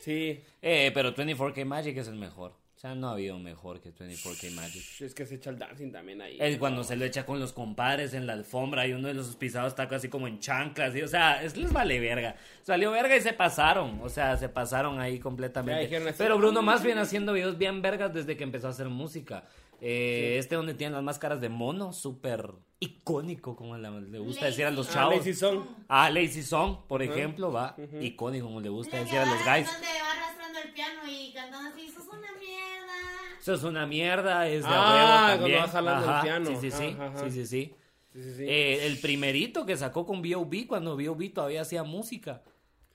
Sí.
Eh, pero 24K Magic es el mejor. O sea, no ha habido mejor que 24K Magic.
Es que se echa el dancing también ahí. Ah,
Es cuando se lo echa con los compadres en la alfombra y uno de los pisados está casi como en chanclas. y, o sea, es les vale verga. Salió verga y se pasaron. O sea, se pasaron ahí
Ya
completamente.
dijeron así,
Pero Bruno más viene haciendo videos bien vergas desde que empezó a hacer música. Eh, Este donde tiene las máscaras de mono, súper icónico, como la- le gusta decir a los
Ah,
Ah,
chavos.
Lazy Song.
Ah, Lazy Song, por ejemplo, va. Icónico, como le gusta
La que
decir a
va
los guys.
Donde va arrastrando el piano y cantando así, sos una mierda.
Eso es una mierda, es de
Ah,
ah,
cuando va jalando el piano.
Sí, sí, sí.
Ajá, ajá.
Sí, sí, sí.
Sí, sí, sí.
Eh, el primerito que sacó con B.O.B. cuando B.O.B. todavía hacía música.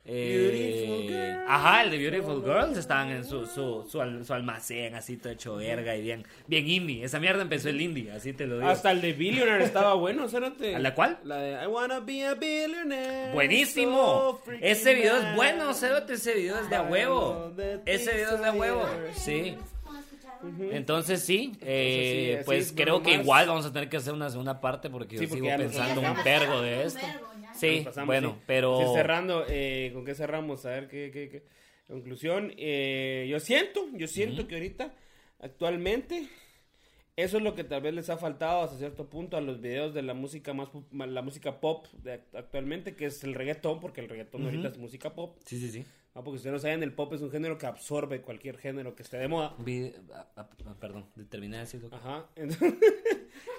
Eh,
Beautiful Girls.
Ajá, el de Beautiful Girls estaban en su, su, su, al- su almacén, así todo hecho verga y bien, bien indie. Esa mierda empezó el indie, así te lo digo.
Eh, Hasta el de Billionaire estaba bueno, espérate.
¿A la cual?
La de I wanna be a billionaire.
Buenísimo.
So freaking
Ese video es
bad.
bueno, Cerote, ese video es de a huevo. Ese video es de a huevo. Pues Sí.
Como escucharon.
Entonces sí, eh,
sí, así
pues
es, Bruno
creo que
Mars.
igual vamos a tener que hacer una segunda parte porque
Sí,
yo
porque
sigo
ya nos
pensando un
pasamos.
vergo de esto.
Un vergo, ya.
Sí,
Nos pasamos,
bueno,
sí.
pero...
Sí, cerrando, eh, ¿con qué cerramos? A ver, ¿qué, qué, qué? conclusión? Eh, yo siento, yo siento que ahorita, actualmente, eso es lo que tal vez les ha faltado hasta cierto punto a los videos de la música más, pop- la música pop de act- actualmente, que es el reggaetón, porque el reggaetón ahorita es música pop.
Sí, sí, sí.
Ah, porque ustedes no saben, el pop es un género que absorbe cualquier género que esté de moda.
Vi- ah, ah, ah, perdón, de- terminé de decirlo.
Ajá. Entonces,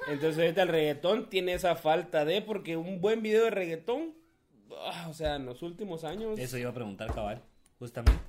entonces ahorita el reggaetón tiene esa falta de, porque un buen video de reggaetón, ah, o sea, en los últimos años...
Eso iba a preguntar, cabal, justamente.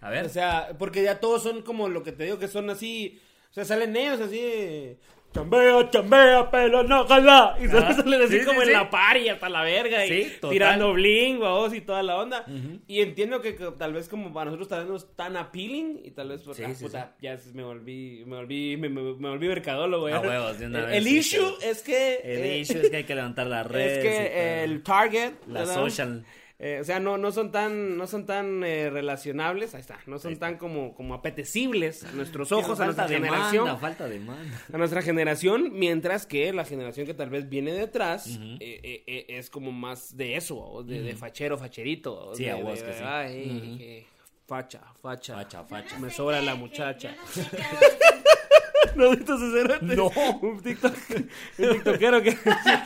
A ver,
O sea, porque ya todos son como lo que te digo, que son así. O sea, salen ellos así. de, Chambea, chambea, pelo, no, jala. Y solo
Ah,
salen así
sí,
como
sí,
en
sí.
la pari hasta la verga. Y
Sí, total.
tirando bling, guavos y toda la onda. Y entiendo que, que tal vez como para nosotros tal vez no es tan appealing. Y tal vez, por
Sí,
ah,
sí,
puta, ya se- me volví, me volví, me, me- me volví mercadólogo. ya.
A huevos, de una
el,
vez,
el
sí,
issue
sí.
es que...
El
eh,
issue es que hay que levantar las redes.
es
y
que
todo.
el target...
La
¿verdad?
social.
Eh, o sea, no, no son tan, no son tan eh, relacionables, ahí está, no son tan como, como apetecibles a nuestros ojos,
falta
a nuestra
de
generación
demanda, falta de demanda.
a nuestra generación, mientras que la generación que tal vez viene detrás
Ujú.
eh, eh, eh, es como más de eso, ¿o? de, de fachero, facherito. ¿o?
Sí,
de,
a vos
de-
que sí.
ay, que facha, facha.
Facha, facha.
Me
sé
sobra
qué-
la
qué-
muchacha.
yo no sé qué adolescente-
¿No has visto ese cerote?
No.
Un, TikTok, un tiktokero que...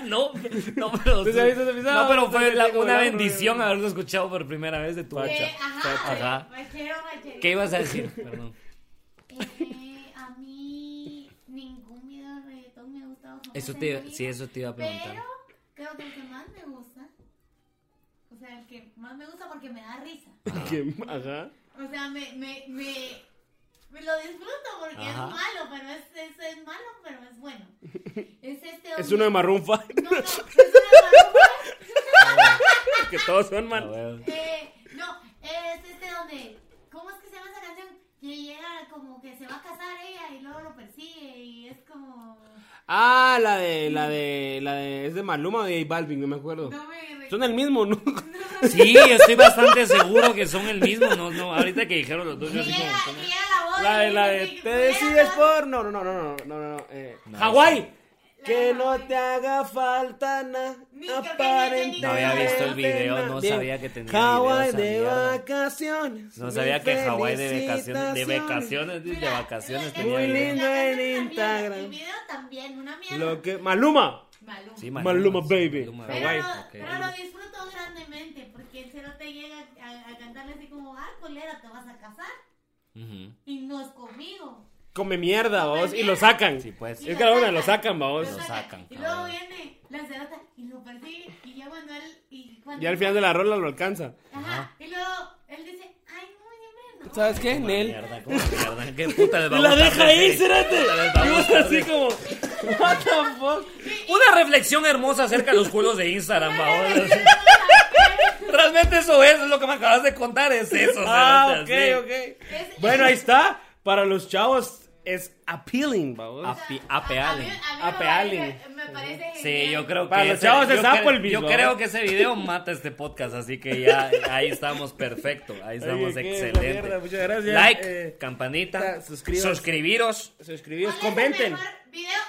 no, no, pero,
¿Tú sabías ese episodio?
no, pero fue
Entonces,
la-
tengo
una
la-
bendición haberlo escuchado por primera vez de tu
que-
hacha.
Ajá,
Ajá.
Vaquero, vaquerito.
¿Qué ibas a decir? Perdón.
Eh, a mí ningún video de reggaetón me ha gustado jamás
Eso
en
te,
mi
sí,
vida,
eso te iba a preguntar.
Pero creo que el que más me gusta, o sea, el que más me gusta porque me da risa.
Ah.
que- Ajá.
O sea, me, me, me, me lo disfruto porque
Ajá.
es malo, pero es, es, es malo, pero es bueno. Es este
Es
hombre-
uno de Maroon 5,
No, no, es una barba.
que todos son
A
mal.
ver.
Eh, no, es este donde. ¿Cómo es que se llama esa canción? Que llega como que se va a casar ella y luego lo persigue y es como.
Ah, la de, la de, la de, es de Maluma o de J Balvin, no me acuerdo.
No me.
Son el mismo, ¿no?
Sí, estoy bastante seguro que son el mismo. No, no, ahorita que dijeron los dos, yo
Llega,
así como.
llega la boda.
La de,
y
la
dice
de,
que
te
fuera,
decides
¿no?
por... No, no, no, no, no, no, no, no, eh,
No,
Hawái.
La
Que
de
no
Hawái.
te haga falta nada.
Ni creo que ni-
aparentemente
No había visto el
video, no
Bien.
sabía que tenía video
Hawái
esa
de
mierda.
vacaciones.
No sabía que Hawái de vacaciones, de
Felicitaciones.
vacaciones, de
Mira,
vacaciones
la-
tenía
Muy
video.
lindo.
la canción es una
en
mierda,
Instagram.
El video también, una mierda.
Lo que Maluma.
Maluma.
Sí,
Maluma,
sí,
baby.
Pero,
Hawái,
lo-
ok.
pero lo disfruto grandemente porque el cero te llega a, a cantarle así como, ah, colera, te vas a casar
Ujú.
y no es conmigo.
Come mierda,
Come
vos. Y lo
mierda.
sacan.
Sí, pues.
Y
Es que la una lo sacan, vamos.
Lo sacan,
Y luego
cabrón.
viene la cerota y lo persigue y ya cuando él... Y, cuando-
Y al final de la rola lo alcanza.
Ajá, y luego él dice, ay, no, ya me no.
¿Sabes qué?
Como Mierda, como mierda. ¿Qué puta les va
Y
a
la
gustar
deja
de
ahí,
ese?
cérate.
Puta, les va a
Y vos
gustar
así
de-
como, "Ah, what the fuck.
Una reflexión hermosa acerca de los juegos de Instagram, vamos. Realmente eso es, es lo que me acabas de contar, es eso.
Ah, ok,
cérate, así.
ok.
Es-
Bueno, ahí está. Para los chavos es appealing, vamos.
Api-
A- a mí- a mí
apealen.
me
Apealen.
parece- Me parece
Sí,
genial.
yo creo que.
Para los
ese-
chavos es
yo cre-
Applebee's,
Yo
¿no?
creo que ese video mata este podcast, así que ya ahí estamos perfecto. Ahí estamos
Oye, qué
excelente.
mierda, muchas gracias.
Like,
Eh,
campanita,
ta- suscribas.
suscribiros.
Suscribíos,
¿Cuál
comenten.
Es el mejor video?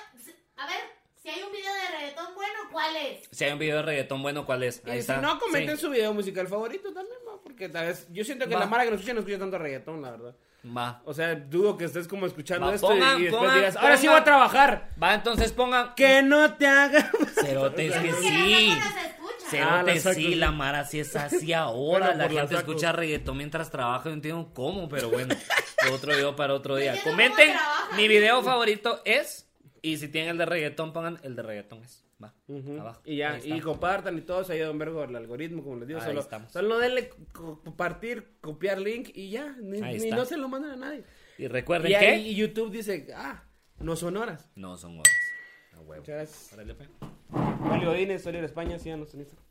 A ver, si hay un video de reggaetón bueno, ¿cuál es?
Si hay un video de reggaetón bueno, ¿cuál es? Ahí
Y si
está.
no, comenten
Sí.
su video musical favorito también, va, porque tal vez yo siento que
Va.
la mara que nos escucha no escucha tanto reggaetón, la verdad.
Va.
O sea, dudo que estés como escuchando
Va,
esto
pongan,
y después
pongan,
digas, ahora sí voy
pongan.
a trabajar.
Va, entonces pongan.
Que no te haga.
Cerote, es que
Porque
sí.
luego no se escucha.
Ah,
Cerote,
las sacas,
sí,
sí.
la Mara sí es así ahora.
Bueno,
la
por las
gente
saco.
escucha reggaetón mientras trabaja. Yo no entiendo cómo, pero bueno. Otro video para otro
Yo
día.
entiendo cómo
Comenten,
trabaja.
mi video favorito es. Y si tienen el de reggaetón, pongan el de reggaetón es. Va, abajo.
Y ya,
Ahí
y
está.
compartan y todo, se ayuda un vergo el algoritmo, como les digo.
Ahí
Solo,
estamos.
solo denle co- compartir, copiar link y ya. Ni,
Ahí
ni
está.
no se lo mandan a nadie.
Y recuerden
Y
que.
ahí YouTube dice, ah, no son horas.
No son horas. A huevo.
Muchas gracias.
Órale, pues. pe.
Oli Godínez, Oli de España, síganos en Instagram.